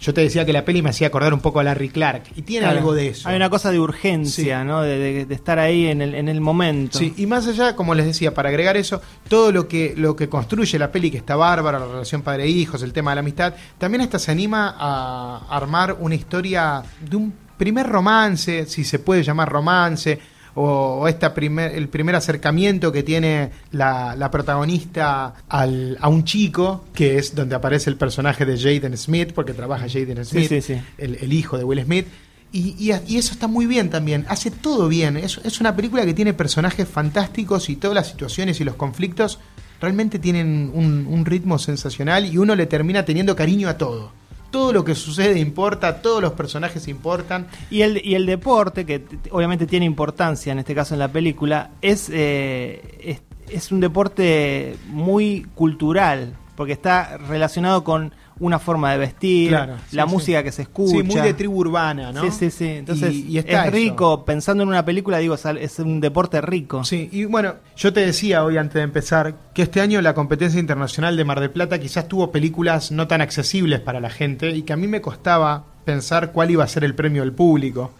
Speaker 2: yo te decía que la peli me hacía acordar un poco a Larry Clark. Y tiene
Speaker 3: Claro.
Speaker 2: algo de eso.
Speaker 3: Hay una cosa de urgencia, ¿no? De, de- de estar ahí en el, en el momento.
Speaker 2: Sí, y más allá, como les decía, para agregar eso, todo lo que, lo que construye la peli, que está bárbara, la relación padre-hijos, el tema de la amistad, también hasta se anima a armar una historia de un primer romance, si se puede llamar romance, o, o esta primer, el primer acercamiento que tiene la, la protagonista al- a un chico, que es donde aparece el personaje de Jaden Smith, porque trabaja Jaden Smith,
Speaker 3: sí, sí.
Speaker 2: El, el hijo de Will Smith. Y, y- y eso está muy bien también, hace todo bien. Es, es una película que tiene personajes fantásticos y todas las situaciones y los conflictos realmente tienen un, un ritmo sensacional y uno le termina teniendo cariño a todo. Todo lo que sucede importa, todos los personajes importan.
Speaker 3: Y el, y el deporte, que t- obviamente tiene importancia en este caso en la película, es, eh, es, es un deporte muy cultural, porque está relacionado con una forma de vestir,
Speaker 2: Claro,
Speaker 3: la
Speaker 2: sí,
Speaker 3: música que se escucha.
Speaker 2: Sí, muy de tribu urbana, ¿no?
Speaker 3: Sí, sí, sí. Entonces
Speaker 2: Y- y está
Speaker 3: es
Speaker 2: eso.
Speaker 3: rico, pensando en una película, digo, es al- es un deporte rico.
Speaker 2: Sí, y bueno, yo te decía hoy antes de empezar que este año la competencia internacional de Mar del Plata quizás tuvo películas no tan accesibles para la gente y que a mí me costaba pensar cuál iba a ser el premio del público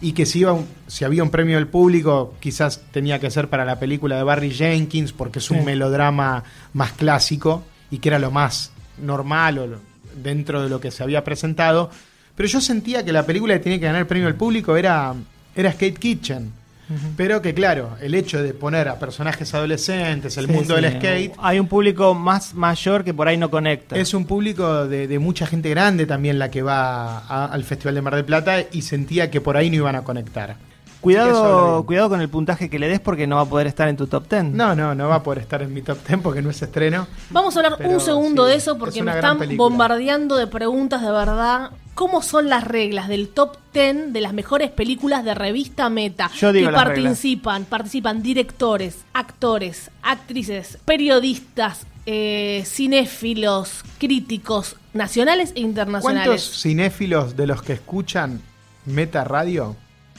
Speaker 2: y que si, iba un- si había un premio del público quizás tenía que ser para la película de Barry Jenkins porque es un
Speaker 3: Sí.
Speaker 2: melodrama más clásico y que era lo más normal o lo- dentro de lo que se había presentado. Pero yo sentía que la película que tenía que ganar el premio del público era, era Skate Kitchen. Pero que claro, el hecho de poner a personajes adolescentes, el
Speaker 3: Sí,
Speaker 2: mundo
Speaker 3: sí. eh,
Speaker 2: del skate,
Speaker 3: Hay un público más mayor que por ahí no conecta.
Speaker 2: es un público de, de mucha gente grande también la que va a- al Festival de Mar del Plata y sentía que por ahí no iban a conectar. Así que eso habla
Speaker 3: Cuidado,
Speaker 2: bien.
Speaker 3: cuidado con el puntaje que le des porque no va a poder estar en tu top 10.
Speaker 2: No, no, no va a poder estar en mi top 10 porque no es estreno.
Speaker 4: Vamos a hablar
Speaker 2: Pero
Speaker 4: un segundo
Speaker 2: sí,
Speaker 4: de eso
Speaker 2: es
Speaker 4: porque
Speaker 2: una
Speaker 4: me
Speaker 2: gran
Speaker 4: están
Speaker 2: película.
Speaker 4: bombardeando de preguntas de verdad. ¿Cómo son las reglas del top 10 de las mejores películas de revista Meta?
Speaker 3: Yo digo
Speaker 4: y
Speaker 3: las
Speaker 4: participan, participan directores, actores, actrices, periodistas, eh, cinéfilos, críticos nacionales e
Speaker 2: ¿Cuántos
Speaker 4: internacionales.
Speaker 2: cinéfilos de los que escuchan Meta Radio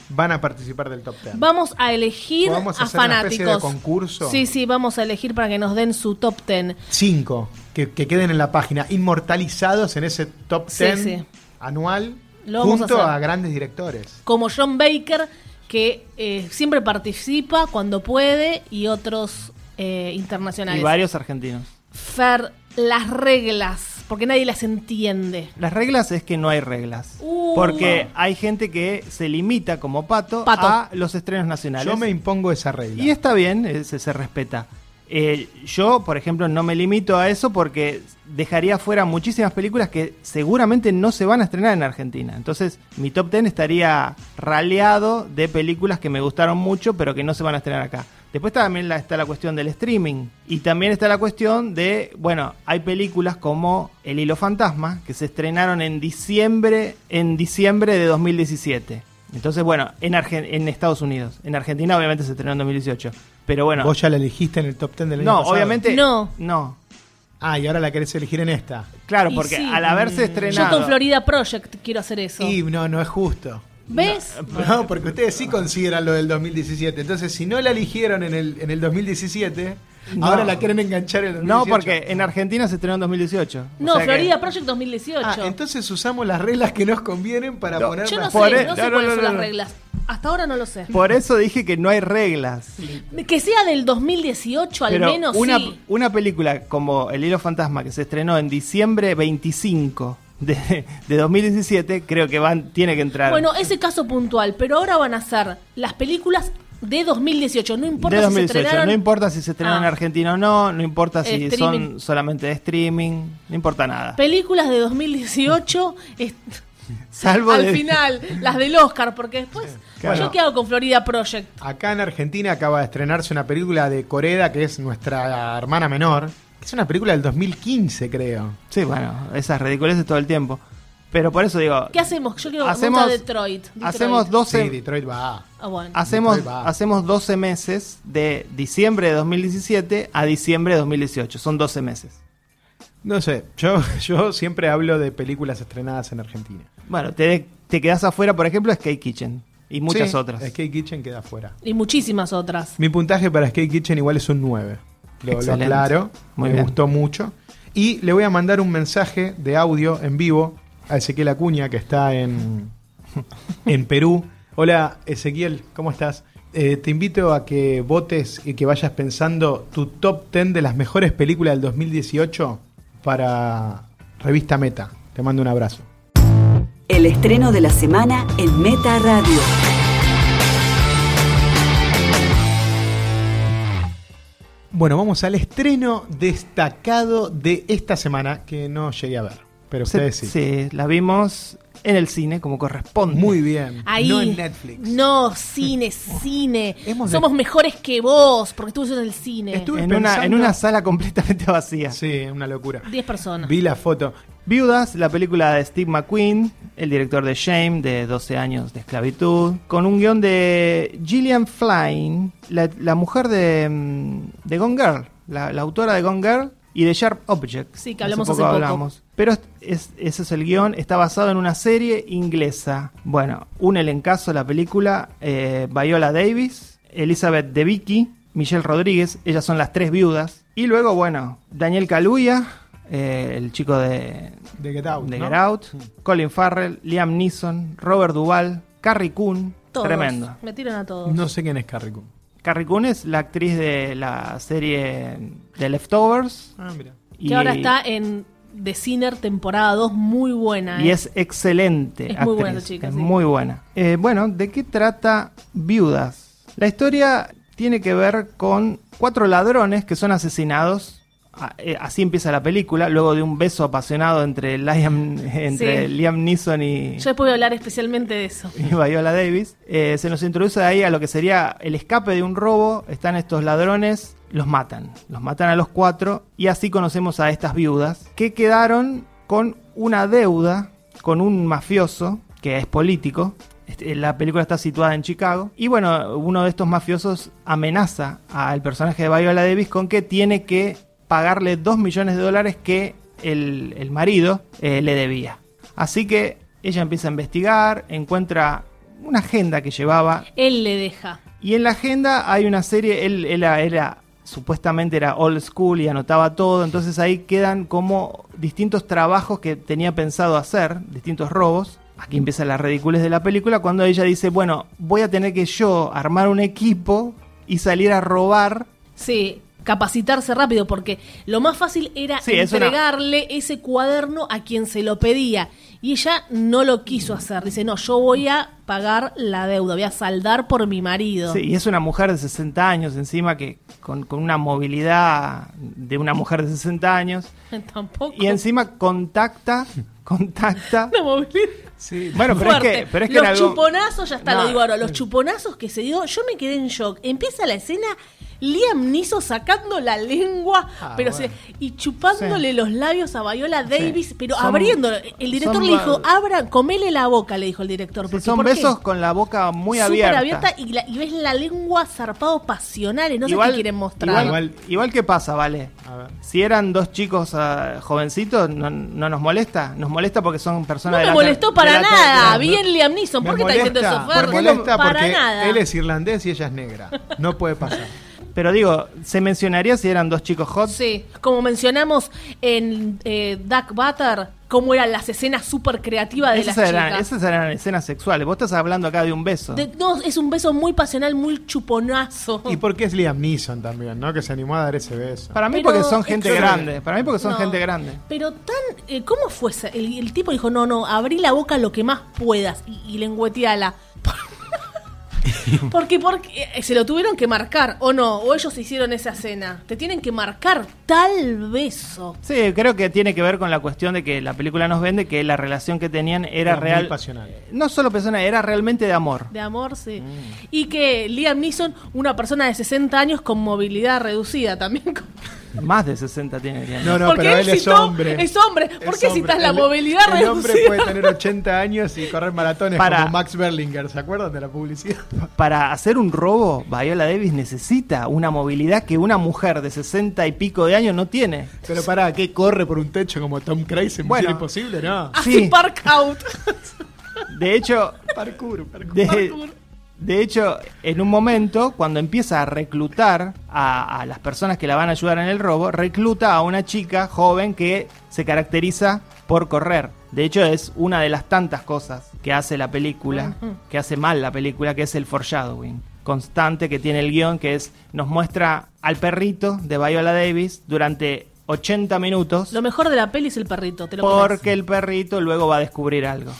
Speaker 2: van a participar del top 10?
Speaker 4: Vamos a elegir
Speaker 2: ¿O vamos a
Speaker 4: a,
Speaker 2: hacer una especie
Speaker 4: fanáticos.
Speaker 2: de concurso?
Speaker 4: Sí, sí, vamos a elegir para que nos den su top 10.
Speaker 2: Cinco que, que queden en la página, inmortalizados en ese top 10
Speaker 4: Sí, sí.
Speaker 2: anual,
Speaker 4: Lo vamos a
Speaker 2: junto
Speaker 4: hacer.
Speaker 2: a grandes directores.
Speaker 4: como John Baker, que eh, siempre participa cuando puede, y otros eh, internacionales.
Speaker 3: Y varios argentinos.
Speaker 4: Fer, las reglas, porque nadie las entiende.
Speaker 3: Las reglas es que no hay reglas.
Speaker 4: Uh.
Speaker 3: porque hay gente que se limita como pato,
Speaker 4: Pato.
Speaker 3: a los estrenos nacionales.
Speaker 2: Yo me impongo esa regla.
Speaker 3: y está bien, eh, se, se respeta. Eh, yo, por ejemplo, no me limito a eso porque dejaría fuera muchísimas películas que seguramente no se van a estrenar en Argentina. Entonces, mi top 10 estaría raleado de películas que me gustaron mucho, pero que no se van a estrenar acá. Después también la- está la cuestión del streaming. Y también está la cuestión de, bueno, hay películas como El Hilo Fantasma, que se estrenaron en diciembre, en diciembre de 2017. Entonces, bueno, en, Argen- en Estados Unidos. En Argentina obviamente se estrenó en 2018. Pero bueno,
Speaker 2: Vos ya la elegiste en el top 10 del año
Speaker 3: no,
Speaker 2: pasado.
Speaker 3: obviamente...
Speaker 4: No.
Speaker 3: No.
Speaker 2: Ah, y ahora la querés elegir en esta.
Speaker 3: Claro,
Speaker 4: Y
Speaker 3: porque
Speaker 4: sí.
Speaker 3: al haberse
Speaker 4: Yo
Speaker 3: estrenado...
Speaker 4: con Florida Project quiero hacer eso.
Speaker 2: Y no, no es justo.
Speaker 4: ¿Ves?
Speaker 2: [laughs] No, porque ustedes sí consideran lo del 2017. Entonces, si no la eligieron en el, en el 2017,
Speaker 3: No.
Speaker 2: ahora la quieren enganchar en el 2018.
Speaker 3: No, porque en Argentina se estrenó en 2018. O
Speaker 4: No,
Speaker 3: sea que-
Speaker 4: Florida Project 2018.
Speaker 2: Ah, entonces usamos las reglas que nos convienen para
Speaker 3: No,
Speaker 2: poner
Speaker 4: Yo no
Speaker 2: las-
Speaker 4: sé,
Speaker 3: Por e-
Speaker 4: no sé
Speaker 3: no, no,
Speaker 4: cuáles
Speaker 3: no,
Speaker 4: son
Speaker 3: no,
Speaker 4: las
Speaker 3: no.
Speaker 4: reglas. Hasta ahora no lo sé.
Speaker 3: Por eso dije que no hay reglas.
Speaker 4: Que sea del 2018 al
Speaker 3: Pero
Speaker 4: menos,
Speaker 3: una,
Speaker 4: sí.
Speaker 3: una película como El Hilo Fantasma que se estrenó en diciembre 25 de, de 2017, creo que van, tiene que entrar.
Speaker 4: Bueno, ese caso puntual, pero ahora van a ser las películas de 2018, no importa
Speaker 3: de
Speaker 4: si se
Speaker 3: 2018.
Speaker 4: estrenaron
Speaker 3: no importa si se estrenó
Speaker 4: Ah.
Speaker 3: en Argentina o no, no importa si
Speaker 4: Streaming.
Speaker 3: son solamente de streaming, no importa nada.
Speaker 4: Películas de 2018 es-
Speaker 3: Salvo
Speaker 4: al
Speaker 3: de-
Speaker 4: final, las del Oscar, porque después.
Speaker 3: claro.
Speaker 4: ¿Yo qué hago con Florida Project?
Speaker 2: Acá en Argentina acaba de estrenarse una película de Coreda, que es nuestra hermana menor. Es una película del 2015, creo.
Speaker 3: Sí, bueno, esas ridiculeces todo el tiempo. Pero por eso digo,
Speaker 4: ¿Qué hacemos? Yo quiero
Speaker 3: Hacemos-
Speaker 4: hacemos, Detroit. Detroit.
Speaker 3: hacemos dos- 12.
Speaker 2: Sí, Detroit va.
Speaker 4: Ah, bueno.
Speaker 3: hacemos,
Speaker 2: Ahí va.
Speaker 3: hacemos 12 meses de diciembre de 2017 a diciembre de 2018. Son 12 meses.
Speaker 2: No sé, yo, [laughs] yo siempre hablo de películas estrenadas en Argentina.
Speaker 3: Bueno, te, te quedás afuera, por ejemplo, Sky Kitchen y muchas
Speaker 2: Sí,
Speaker 3: otras.
Speaker 2: Skate Kitchen queda fuera.
Speaker 4: Y muchísimas otras.
Speaker 2: Mi puntaje para Skate Kitchen igual es un 9. Lo- Lo,
Speaker 3: Excelente.
Speaker 2: aclaro.
Speaker 3: Muy
Speaker 2: me
Speaker 3: bien.
Speaker 2: gustó mucho. Y le voy a mandar un mensaje de audio en vivo a Ezequiel Acuña, que está en, [laughs] en Perú. Hola, Ezequiel, ¿cómo estás? Eh, te invito a que votes y que vayas pensando tu top 10 de las mejores películas del 2018 para Revista Meta. Te mando un abrazo.
Speaker 1: El estreno de la semana en Meta Radio.
Speaker 2: Bueno, vamos al estreno destacado de esta semana que no llegué a ver, pero
Speaker 3: Se-
Speaker 2: ustedes sí.
Speaker 3: sí, la vimos en el cine como corresponde.
Speaker 2: Muy bien.
Speaker 4: Ahí.
Speaker 2: No en Netflix.
Speaker 4: No, cine, cine.
Speaker 2: Hemos
Speaker 4: Somos
Speaker 2: de-
Speaker 4: mejores que vos, porque tú en el cine.
Speaker 2: Estuve-
Speaker 3: En una, en
Speaker 2: pensando-
Speaker 3: una sala completamente vacía.
Speaker 2: Sí, una locura.
Speaker 4: 10 personas.
Speaker 2: Vi la foto.
Speaker 3: Viudas, la película de Steve McQueen, el director de Shame, de 12 años de esclavitud, con un guión de Gillian Flynn, la, la mujer de, mm, de Gone Girl, la, la autora de Gone Girl y de Sharp Objects.
Speaker 4: Sí, que hablamos hace poco.
Speaker 3: Pero es- es- ese es el guión, está basado en una serie inglesa. Bueno, un elencazo la película, eh, Viola Davis, Elizabeth de Vicky, Michelle Rodríguez, ellas son las tres viudas. Y luego, bueno, Daniel Kaluuya, eh, el chico de,
Speaker 2: De Get Out.
Speaker 3: de
Speaker 2: ¿no?
Speaker 3: Get Out, Colin Farrell, Liam Neeson, Robert Duvall, Carrie Coon,
Speaker 4: Todos.
Speaker 3: tremendo.
Speaker 4: Me tiran a todos.
Speaker 2: No sé quién es Carrie Coon.
Speaker 3: Carrie Coon es la actriz de la serie de Leftovers.
Speaker 2: Ah, mira.
Speaker 4: que ahora está en The Sinner temporada 2, muy buena.
Speaker 3: Y
Speaker 4: ¿eh?
Speaker 3: es excelente.
Speaker 4: Es muy buena
Speaker 3: actriz,
Speaker 4: esa chica,
Speaker 3: es
Speaker 4: sí.
Speaker 3: muy buena. Eh, bueno, ¿de qué trata Viudas? La historia tiene que ver con cuatro ladrones que son asesinados. A- eh, Así empieza la película, luego de un beso apasionado entre Liam, [laughs] entre
Speaker 4: Sí.
Speaker 3: Liam Neeson y,
Speaker 4: Yo puedo hablar especialmente de eso.
Speaker 3: [laughs] y Viola Davis. Eh, se nos introduce ahí a lo que sería el escape de un robo. Están estos ladrones, los matan. Los matan a los cuatro. Y así conocemos a estas viudas que quedaron con una deuda con un mafioso que es político. Este, La película está situada en Chicago. Y bueno, uno de estos mafiosos amenaza al personaje de Viola Davis con que tiene que pagarle 2 millones de dólares que el, el marido eh, le debía. Así que ella empieza a investigar, encuentra una agenda que llevaba
Speaker 4: Él le deja.
Speaker 3: y en la agenda hay una serie, él, él era, era- supuestamente era old school y anotaba todo, entonces ahí quedan como distintos trabajos que tenía pensado hacer, distintos robos. Aquí empieza la ridiculez de la película cuando ella dice, bueno, voy a tener que yo armar un equipo y salir a robar.
Speaker 4: Sí, capacitarse rápido, porque lo más fácil era
Speaker 3: Sí, es una-
Speaker 4: entregarle ese cuaderno a quien se lo pedía. Y ella no lo quiso hacer. Dice, no, yo voy a pagar la deuda, voy a saldar por mi marido.
Speaker 3: Sí, y es una mujer de 60 años encima que con, con una movilidad de una mujer de 60 años.
Speaker 4: [laughs] Tampoco.
Speaker 3: Y
Speaker 4: [laughs]
Speaker 3: encima contacta, contacta.
Speaker 4: Una movilidad
Speaker 3: Bueno, pero
Speaker 4: fuerte.
Speaker 3: es que, pero es que
Speaker 4: los
Speaker 3: era algo-
Speaker 4: chuponazos, ya está,
Speaker 3: No.
Speaker 4: lo digo ahora, los chuponazos que se dio, yo me quedé en shock. Empieza la escena, Liam Niso sacando la lengua
Speaker 2: Ah,
Speaker 4: pero
Speaker 2: bueno.
Speaker 4: se- y chupándole los labios a Viola Davis, pero
Speaker 3: Son-
Speaker 4: abriendo. El director
Speaker 3: son
Speaker 4: le dijo,
Speaker 3: ba-
Speaker 4: abran, comele la boca, le dijo el director.
Speaker 3: Sí,
Speaker 4: porque,
Speaker 3: son
Speaker 4: ¿por qué?
Speaker 3: besos con la boca muy
Speaker 4: Súper
Speaker 3: abierta.
Speaker 4: y, la- y ves la lengua zarpado pasionales, no sé qué quieren mostrar.
Speaker 3: Igual, igual que pasa, ¿vale?
Speaker 2: A ver.
Speaker 3: Si eran dos chicos ah, jovencitos, no, no nos molesta. Nos molesta porque son
Speaker 4: no
Speaker 3: personas de
Speaker 4: me
Speaker 3: la
Speaker 4: molestó
Speaker 3: ter-
Speaker 4: para
Speaker 3: de la ter-
Speaker 4: nada,
Speaker 3: de la-
Speaker 4: bien Liam Neeson, ¿por qué está diciendo eso, Fer?
Speaker 2: me molesta
Speaker 4: para
Speaker 2: porque
Speaker 4: nada.
Speaker 2: él es irlandés y ella es negra. No puede pasar.
Speaker 3: Pero digo, se mencionaría si eran dos chicos hot.
Speaker 4: Sí, como mencionamos en eh, Duck Butter, cómo eran las escenas súper creativas de
Speaker 3: esas,
Speaker 4: las
Speaker 3: eran,
Speaker 4: chicas.
Speaker 3: esas eran escenas sexuales. Vos estás hablando acá de un beso.
Speaker 4: De- no, es un beso muy pasional, muy chuponazo.
Speaker 2: ¿Y por qué es Liam Neeson también, no? Que se animó a dar ese beso.
Speaker 3: Para mí
Speaker 4: Pero-
Speaker 3: porque son gente
Speaker 4: Sí.
Speaker 3: grande. Para mí porque son
Speaker 4: No.
Speaker 3: gente grande.
Speaker 4: Pero tan... eh, ¿Cómo fue? esa- El, el tipo dijo, no, no, abrí la boca lo que más puedas y, y lengüeteala. Porque, porque eh, se lo tuvieron que marcar, o no, o ellos hicieron esa escena. Te tienen que marcar tal beso.
Speaker 3: Sí, creo que tiene que ver con la cuestión de que la película nos vende que la relación que tenían era
Speaker 2: Muy
Speaker 3: real.
Speaker 2: pasional.
Speaker 3: No solo personal, era realmente de amor.
Speaker 4: De amor, sí.
Speaker 3: Mm.
Speaker 4: Y que Liam Neeson, una persona de 60 años con movilidad reducida también. con- [laughs]
Speaker 3: Más de 60 tiene. Diana.
Speaker 2: No, no,
Speaker 4: Porque
Speaker 2: pero
Speaker 4: él
Speaker 2: él es
Speaker 4: citó-
Speaker 2: hombre.
Speaker 4: es hombre. ¿Por qué citas la
Speaker 2: El-
Speaker 4: movilidad
Speaker 2: El hombre
Speaker 4: reducida?
Speaker 2: puede tener 80 años y correr maratones
Speaker 3: Para.
Speaker 2: como Max Berlinger. ¿Se acuerdan de la publicidad? [laughs]
Speaker 3: Para hacer un robo, Viola Davis necesita una movilidad que una mujer de 60 y pico de años no tiene.
Speaker 2: Pero pará, ¿qué corre por un techo como Tom Cruise en
Speaker 3: Bueno.
Speaker 2: Misión Imposible? No.
Speaker 4: Así
Speaker 3: Sí.
Speaker 4: park out.
Speaker 3: De hecho,
Speaker 2: Parkour, parkour.
Speaker 3: de,
Speaker 4: Parkour.
Speaker 3: de hecho, en un momento, cuando empieza a reclutar a, a las personas que la van a ayudar en el robo, recluta a una chica joven que se caracteriza por correr. De hecho, es una de las tantas cosas que hace la película, que hace mal la película, que es el foreshadowing constante que tiene el guión, que es nos muestra al perrito de Viola Davis durante 80 minutos.
Speaker 4: Lo mejor de la peli es el perrito, te lo comes.
Speaker 3: Porque el perrito luego va a descubrir
Speaker 4: [laughs]
Speaker 3: algo.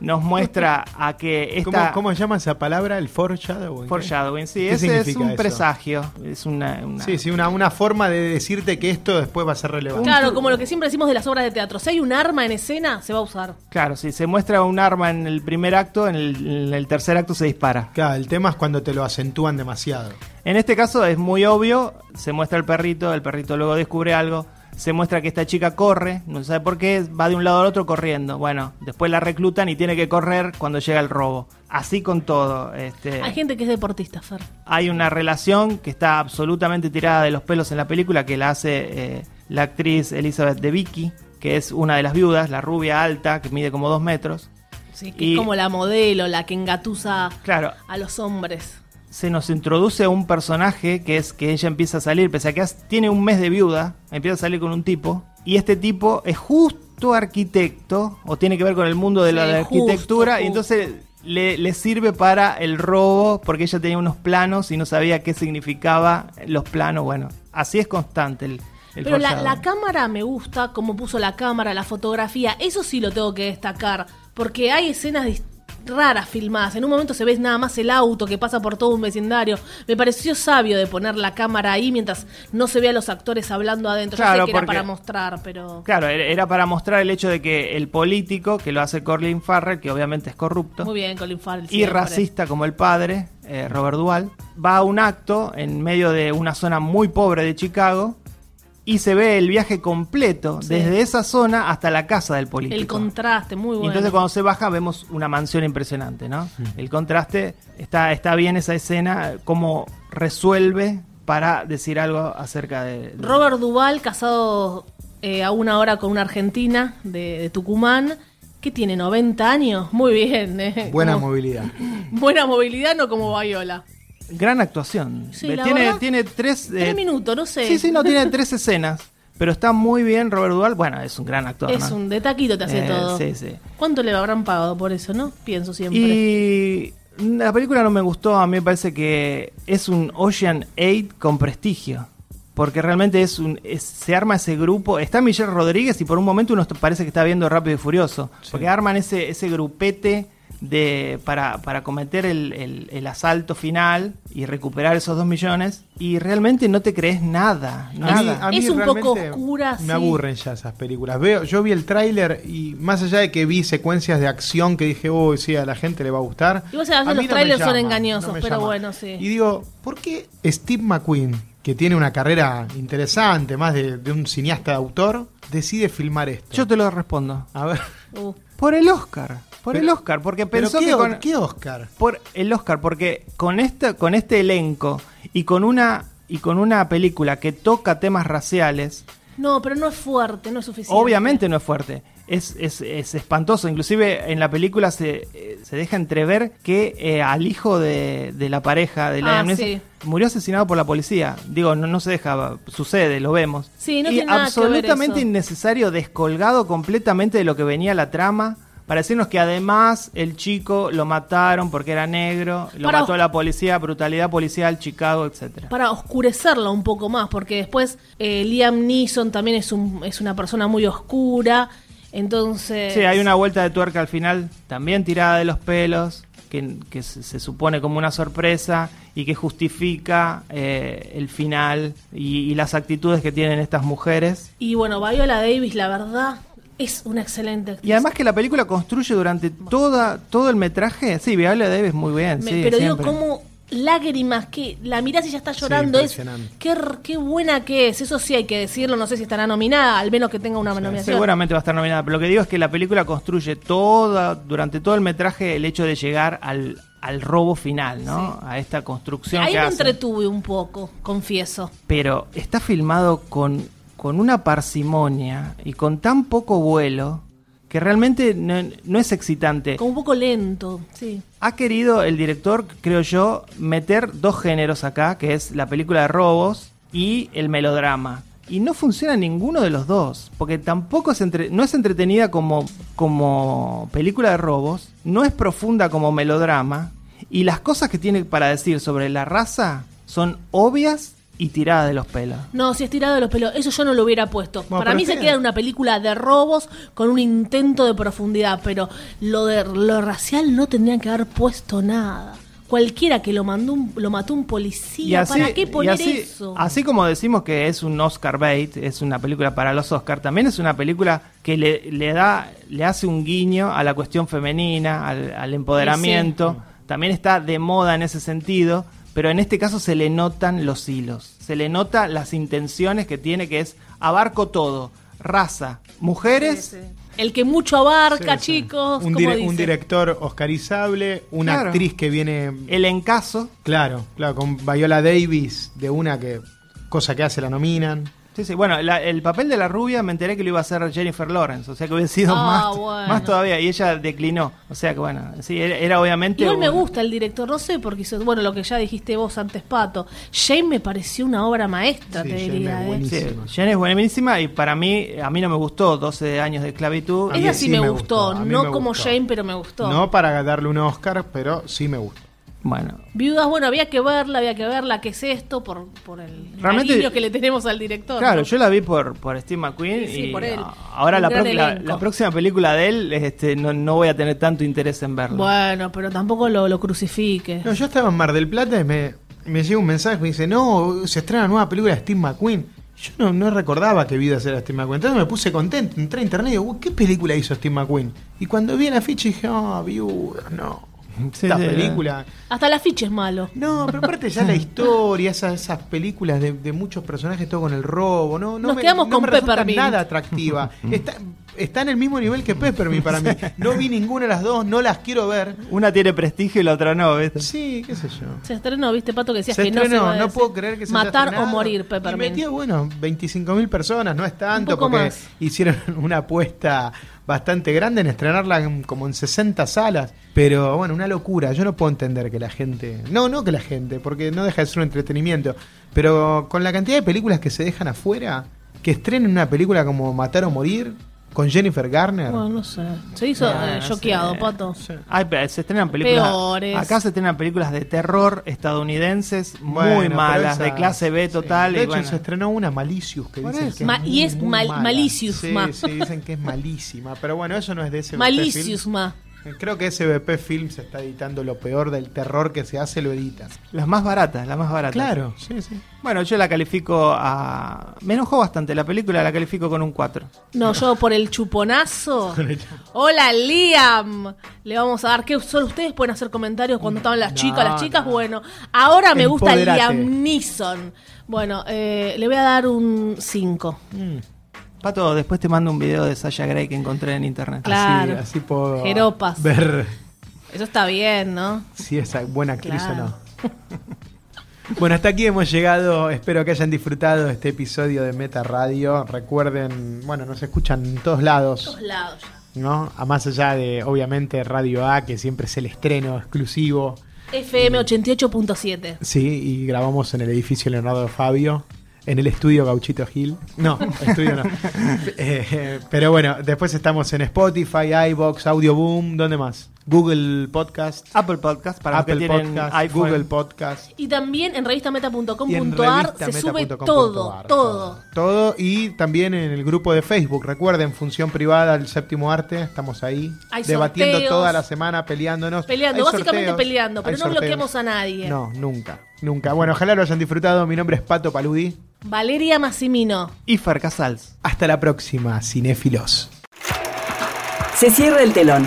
Speaker 3: Nos muestra a que
Speaker 2: ¿Cómo,
Speaker 3: esta
Speaker 2: cómo se llama esa palabra? ¿El foreshadowing?
Speaker 3: foreshadowing, sí,
Speaker 2: ¿Qué
Speaker 3: ese es
Speaker 2: significa
Speaker 3: un
Speaker 2: eso?
Speaker 3: presagio, es una, una-
Speaker 2: Sí, sí, una, una forma de decirte que esto después va a ser relevante.
Speaker 4: Claro, como lo que siempre decimos de las obras de teatro. Si hay un arma en escena, se va a usar.
Speaker 3: claro, si se muestra un arma en el primer acto, en el, en el tercer acto se dispara.
Speaker 2: Claro, el tema es cuando te lo acentúan demasiado.
Speaker 3: En este caso es muy obvio, se muestra el perrito, el perrito luego descubre algo, se muestra que esta chica corre, no sabe por qué, va de un lado al otro corriendo. Bueno, después la reclutan y tiene que correr cuando llega el robo. Así con todo, este
Speaker 4: Hay gente que es deportista, Fer.
Speaker 3: Hay una relación que está absolutamente tirada de los pelos en la película que la hace eh, la actriz Elizabeth de Vicky, que es una de las viudas, la rubia alta, que mide como dos metros.
Speaker 4: Sí, que
Speaker 3: Y-
Speaker 4: es como la modelo, la que engatusa
Speaker 3: Claro,
Speaker 4: a los hombres.
Speaker 3: se nos introduce un personaje que es que ella empieza a salir, pese a que has- tiene un mes de viuda, empieza a salir con un tipo, y este tipo es justo arquitecto, o tiene que ver con el mundo de la,
Speaker 4: Sí,
Speaker 3: de la
Speaker 4: justo,
Speaker 3: arquitectura, y
Speaker 4: justo.
Speaker 3: entonces le, le sirve para el robo, porque ella tenía unos planos y no sabía qué significaba los planos, bueno, así es constante el... el
Speaker 4: Pero la,
Speaker 3: forzado.
Speaker 4: la cámara me gusta, como puso la cámara, la fotografía, eso sí lo tengo que destacar, porque hay escenas dis- raras filmadas. En un momento se ve nada más el auto que pasa por todo un vecindario. Me pareció sabio de poner la cámara ahí mientras no se ve a los actores hablando adentro. Ya
Speaker 3: Claro,
Speaker 4: sé que era
Speaker 3: porque-
Speaker 4: para mostrar, pero
Speaker 3: Claro, era- era para mostrar el hecho de que el político, que lo hace Corlin Farrell, que obviamente es corrupto,
Speaker 4: muy bien, Colin Farrell.
Speaker 3: y
Speaker 4: siempre.
Speaker 3: racista como el padre, eh, Robert Duval, va a un acto en medio de una zona muy pobre de Chicago y se ve el viaje completo
Speaker 4: Sí.
Speaker 3: desde esa zona hasta la casa del político.
Speaker 4: El contraste, muy
Speaker 3: Y
Speaker 4: bueno.
Speaker 3: entonces cuando se baja vemos una mansión impresionante, ¿no? El contraste está, está bien esa escena, cómo resuelve para decir algo acerca de... de-
Speaker 4: Robert Duval, casado eh, a una hora con una argentina de, de Tucumán, que tiene 90 años. Muy bien. eh.
Speaker 2: Buena
Speaker 4: Como-
Speaker 2: movilidad.
Speaker 4: buena movilidad, no como Viola.
Speaker 3: Gran actuación.
Speaker 4: Sí,
Speaker 3: Ve-
Speaker 4: la
Speaker 3: tiene,
Speaker 4: verdad,
Speaker 3: tiene tres... eh,
Speaker 4: Tres minutos, no sé.
Speaker 3: Sí, sí, no, tiene tres escenas. Pero está muy bien Robert Duval. Bueno, es un gran actor.
Speaker 4: Es
Speaker 3: ¿no?
Speaker 4: un de taquito te hace
Speaker 3: Eh,
Speaker 4: todo.
Speaker 3: sí, sí.
Speaker 4: ¿Cuánto le habrán pagado por eso, no? Pienso siempre.
Speaker 3: Y la película no me gustó, a mí me parece que es un Ocean 8 con prestigio. Porque realmente es un es- se arma ese grupo. Está Michelle Rodríguez y por un momento uno est- parece que está viendo Rápido y Furioso. Porque arman ese, ese grupete de para, para cometer el, el- el asalto final y recuperar esos dos millones. Y realmente no te crees nada. nada.
Speaker 2: A mí- a mí
Speaker 4: Es un poco
Speaker 2: realmente
Speaker 4: oscura,
Speaker 2: Me
Speaker 4: sí.
Speaker 2: aburren ya esas películas. Veo, yo vi el tráiler y más allá de que vi secuencias de acción que dije, uy, sí, a la gente le va a gustar.
Speaker 4: Y vos sabés,
Speaker 2: a
Speaker 4: los
Speaker 2: mí me
Speaker 4: tráilers son
Speaker 2: llama,
Speaker 4: engañosos,
Speaker 2: me
Speaker 4: pero bueno, sí.
Speaker 2: Y digo, ¿por qué Steve McQueen, que tiene una carrera interesante, más de, de un cineasta de autor, decide filmar esto?
Speaker 3: Yo te lo respondo.
Speaker 2: A
Speaker 3: [laughs]
Speaker 2: ver.
Speaker 4: Uh,
Speaker 3: Por el Oscar. Por el
Speaker 2: Pero-
Speaker 3: Oscar. Porque
Speaker 2: ¿Pero
Speaker 3: pensó
Speaker 2: qué,
Speaker 3: que
Speaker 2: o-
Speaker 3: con-
Speaker 2: qué Oscar?
Speaker 3: por el Oscar, porque con este, con este elenco y con una y con una película que toca temas raciales,
Speaker 4: no, pero no es fuerte, no es suficiente.
Speaker 3: obviamente no es fuerte. Es, es- es espantoso. Inclusive en la película se, eh, se deja entrever que eh, al hijo de, de la pareja de la
Speaker 4: Ah, sí.
Speaker 3: murió asesinado por la policía. Digo, no, no se deja, sucede, lo vemos.
Speaker 4: Sí, no
Speaker 3: y
Speaker 4: tiene nada que ver
Speaker 3: absolutamente
Speaker 4: eso.
Speaker 3: innecesario, descolgado completamente de lo que venía la trama. Para decirnos que además el chico lo mataron porque era negro, lo
Speaker 4: Para-
Speaker 3: mató la policía, brutalidad policial, Chicago, etcétera.
Speaker 4: Para oscurecerla un poco más, porque después eh, Liam Neeson también es, un, es una persona muy oscura. Entonces.
Speaker 3: Sí, hay una vuelta de tuerca al final, también tirada de los pelos. que, que se, se supone como una sorpresa y que justifica eh, el final y, y las actitudes que tienen estas mujeres.
Speaker 4: Y bueno, Viola Davis, la verdad, es una excelente actriz.
Speaker 3: Y además que la película construye durante toda, todo el metraje. Sí, Viola Davis muy bien.
Speaker 4: Me-
Speaker 3: sí,
Speaker 4: pero
Speaker 3: siempre.
Speaker 4: digo, como lágrimas, que la mirás y ya está llorando. es
Speaker 2: impresionante.
Speaker 4: qué, r- qué buena que es. Eso sí hay que decirlo. No sé si estará nominada, al menos que tenga una nominación.
Speaker 3: Seguramente va a estar nominada, pero lo que digo es que la película construye toda, durante todo el metraje el hecho de llegar al, al robo final, ¿no? A esta construcción
Speaker 4: Ahí
Speaker 3: que
Speaker 4: me
Speaker 3: hacen.
Speaker 4: entretuve un poco, confieso.
Speaker 3: Pero está filmado con, con una parsimonia y con tan poco vuelo que realmente no, no es excitante.
Speaker 4: Como un poco lento, sí.
Speaker 3: Ha querido el director, creo yo, meter dos géneros acá, que es la película de robos y el melodrama. Y no funciona ninguno de los dos, porque tampoco es entre- no es entretenida como, como película de robos, no es profunda como melodrama, y las cosas que tiene para decir sobre la raza son obvias y tiradas de los pelos.
Speaker 4: No, si es tirado de los pelos, eso yo no lo hubiera puesto.
Speaker 2: Bueno,
Speaker 4: Para
Speaker 2: pero
Speaker 4: mí se
Speaker 2: espera.
Speaker 4: queda en una película de robos con un intento de profundidad, pero lo de lo racial no tendrían que haber puesto nada. Cualquiera que lo mandó un- lo mató un policía, ¿para qué
Speaker 3: y
Speaker 4: poner
Speaker 3: así-
Speaker 4: eso?
Speaker 3: así como decimos que es un Oscar bait, es una película para los Oscar, también es una película que le, le da, le hace un guiño a la cuestión femenina, al, al empoderamiento. También está de moda en ese sentido, pero en este caso se le notan los hilos, se le nota las intenciones que tiene, que es abarco todo, raza, mujeres.
Speaker 4: El que mucho
Speaker 2: Sí,
Speaker 4: abarca,
Speaker 2: sí.
Speaker 4: chicos.
Speaker 2: Un,
Speaker 4: como
Speaker 2: dire-
Speaker 4: dice.
Speaker 2: un director oscarizable, una
Speaker 3: Claro.
Speaker 2: actriz que viene.
Speaker 3: El encaso.
Speaker 2: Claro, claro, con Viola Davis, de una que. Cosa que hace la nominan.
Speaker 3: Sí, sí. Bueno, la- el papel de la rubia me enteré que lo iba a hacer Jennifer Lawrence, o sea que hubiera sido
Speaker 4: Ah,
Speaker 3: más,
Speaker 4: bueno.
Speaker 3: más todavía, y ella declinó. O sea que bueno, sí, era, era obviamente.
Speaker 4: Igual me
Speaker 3: un-
Speaker 4: gusta el director, no sé, porque hizo, bueno, lo que ya dijiste vos antes, Pato. Jane me pareció una obra maestra,
Speaker 2: Sí,
Speaker 4: te
Speaker 2: Jane
Speaker 4: diría.
Speaker 2: es
Speaker 4: ¿eh?
Speaker 2: buenísima.
Speaker 3: Sí, Jen es buenísima y para mí, a mí no me gustó 12 años de esclavitud.
Speaker 2: A mí
Speaker 4: Ella
Speaker 2: sí
Speaker 4: sí me
Speaker 2: me
Speaker 4: gustó,
Speaker 2: gustó, a mí
Speaker 4: no
Speaker 2: me
Speaker 4: como
Speaker 2: gustó.
Speaker 4: Jane, pero me gustó.
Speaker 2: No para darle un Oscar, pero sí me gusta.
Speaker 3: Bueno,
Speaker 4: Viudas, bueno, había que verla, había que verla, ¿qué es esto? Por, por el
Speaker 3: Realmente-
Speaker 4: cariño que le tenemos al director.
Speaker 3: claro,
Speaker 4: ¿no?
Speaker 3: yo la vi por, por Steve McQueen
Speaker 4: Sí, sí,
Speaker 3: y
Speaker 4: por él.
Speaker 3: a- ahora
Speaker 4: Un
Speaker 3: la,
Speaker 4: gran
Speaker 3: pro- la-
Speaker 4: elenco.
Speaker 3: la próxima película de él este, no, no voy a tener tanto interés en verla.
Speaker 4: Bueno, pero tampoco lo, lo crucifique.
Speaker 2: No, yo estaba en Mar del Plata y me, me llega un mensaje que me dice, no, se estrena nueva película de Steve McQueen. Yo no, no recordaba que vida era Steve McQueen. Entonces me puse contento, entré a internet y digo, "Uy, ¿qué película hizo Steve McQueen? Y cuando vi la ficha dije, ah, viuda, no.
Speaker 3: Sí,
Speaker 2: Esta
Speaker 3: sí, eh.
Speaker 2: película.
Speaker 4: Hasta el afiche es malo.
Speaker 2: No, pero aparte ya
Speaker 4: [laughs]
Speaker 2: la historia, esas, esas películas de, de muchos personajes, todo con el robo, no, no
Speaker 4: Nos
Speaker 2: me,
Speaker 4: quedamos
Speaker 2: no
Speaker 4: con
Speaker 2: me resulta
Speaker 4: Peppermint.
Speaker 2: nada atractiva.
Speaker 4: [laughs]
Speaker 2: Está, está en el mismo nivel que Peppermint para mí. No vi ninguna de las dos, no las quiero ver.
Speaker 3: Una tiene prestigio y la otra no, ¿viste?
Speaker 2: Sí, qué sé yo.
Speaker 4: Se estrenó, viste, Pato, que decías
Speaker 2: Se
Speaker 4: que no se
Speaker 2: estrenó,
Speaker 4: iba
Speaker 2: no,
Speaker 4: a decir.
Speaker 2: puedo creer que se haya
Speaker 4: Matar o
Speaker 2: estrenado.
Speaker 4: morir,
Speaker 2: Y
Speaker 4: Peppermint.
Speaker 2: metió, bueno, 25.000 personas, no es tanto,
Speaker 4: Un poco
Speaker 2: porque
Speaker 4: más.
Speaker 2: hicieron [laughs] una apuesta bastante grande en estrenarla en- como en 60 salas. Pero bueno, una locura. Yo no puedo entender que la gente. No, no que la gente, porque no deja de ser un entretenimiento. Pero con la cantidad de películas que se dejan afuera, que estrenen una película como Matar o Morir, con Jennifer Garner.
Speaker 4: Bueno, no sé. Se hizo
Speaker 3: No,
Speaker 4: eh,
Speaker 3: no
Speaker 4: choqueado,
Speaker 3: sé.
Speaker 4: Pato.
Speaker 3: Ay, pero se estrenan películas.
Speaker 4: Peores.
Speaker 3: Acá se estrenan películas de terror estadounidenses
Speaker 2: Bueno,
Speaker 3: muy
Speaker 2: pero
Speaker 3: malas,
Speaker 2: esa-
Speaker 3: de clase B total.
Speaker 2: De
Speaker 3: y
Speaker 2: hecho,
Speaker 3: bueno.
Speaker 2: se estrenó una Malicious que
Speaker 3: Por
Speaker 2: dicen
Speaker 3: eso.
Speaker 2: que
Speaker 4: Ma-
Speaker 2: es
Speaker 4: y es mal-
Speaker 2: mala.
Speaker 4: Malicious,
Speaker 2: Sí,
Speaker 4: ma.
Speaker 2: sí, dicen que es malísima. Pero bueno, eso no es de ese
Speaker 4: Malicious, ma.
Speaker 2: Creo que SBP Films está editando lo peor del terror que se hace, lo editan.
Speaker 3: Las más baratas, las más baratas.
Speaker 2: Claro, sí, sí.
Speaker 3: Bueno, yo la califico a. Me enojó bastante la película, la califico con un 4.
Speaker 4: No, yo por
Speaker 2: [laughs]
Speaker 4: el chuponazo. Hola, Liam. Le vamos a dar que solo ustedes pueden hacer comentarios cuando estaban las
Speaker 2: Mm, No,
Speaker 4: chicas. Las chicas,
Speaker 2: no.
Speaker 4: bueno. Ahora me gusta
Speaker 2: Empoderate.
Speaker 4: Liam Neeson. Bueno, eh, le voy a dar un 5.
Speaker 3: Mm. Pato, después te mando un video de Sasha Grey que encontré en internet.
Speaker 4: Claro.
Speaker 2: Así, así puedo
Speaker 4: Jeropas.
Speaker 2: ver
Speaker 4: Eso está bien, ¿no?
Speaker 2: si es buena actriz
Speaker 4: Claro.
Speaker 2: o no. [laughs] Bueno, hasta aquí hemos llegado. Espero que hayan disfrutado este episodio de Meta Radio. Recuerden, bueno, nos escuchan en todos lados.
Speaker 4: Todos lados.
Speaker 2: ¿no? A más allá de, obviamente, Radio A, que siempre es el estreno exclusivo.
Speaker 4: FM 88.7.
Speaker 2: Sí, y grabamos en el edificio Leonardo Fabio, en el estudio Gauchito Gil.
Speaker 3: [laughs]
Speaker 2: No, estudio no. Eh, pero bueno, después estamos en Spotify, iBox, Audioboom, ¿dónde más? Google Podcast,
Speaker 3: Apple Podcast para
Speaker 2: Apple
Speaker 3: los que tienen
Speaker 2: Podcast,
Speaker 3: iPhone.
Speaker 2: Google Podcast.
Speaker 4: Y también en
Speaker 2: y en
Speaker 4: revistameta.com.ar se sube
Speaker 2: revistameta.com.ar,
Speaker 4: todo, todo.
Speaker 2: Todo y también en el grupo de Facebook. Recuerden, Función Privada, el séptimo arte, estamos ahí
Speaker 4: Hay
Speaker 2: debatiendo
Speaker 4: sorteos.
Speaker 2: toda la semana, peleándonos.
Speaker 4: Peleando,
Speaker 2: Hay
Speaker 4: básicamente
Speaker 2: sorteos,
Speaker 4: peleando, pero
Speaker 2: hay
Speaker 4: no
Speaker 2: sorteos.
Speaker 4: bloqueamos a nadie.
Speaker 2: No, nunca, nunca. Bueno, ojalá lo hayan disfrutado. Mi nombre es Pato Paludi.
Speaker 4: Valeria Massimino.
Speaker 3: Y Fer Casals.
Speaker 2: Hasta la próxima, cinéfilos.
Speaker 1: Se cierra el telón.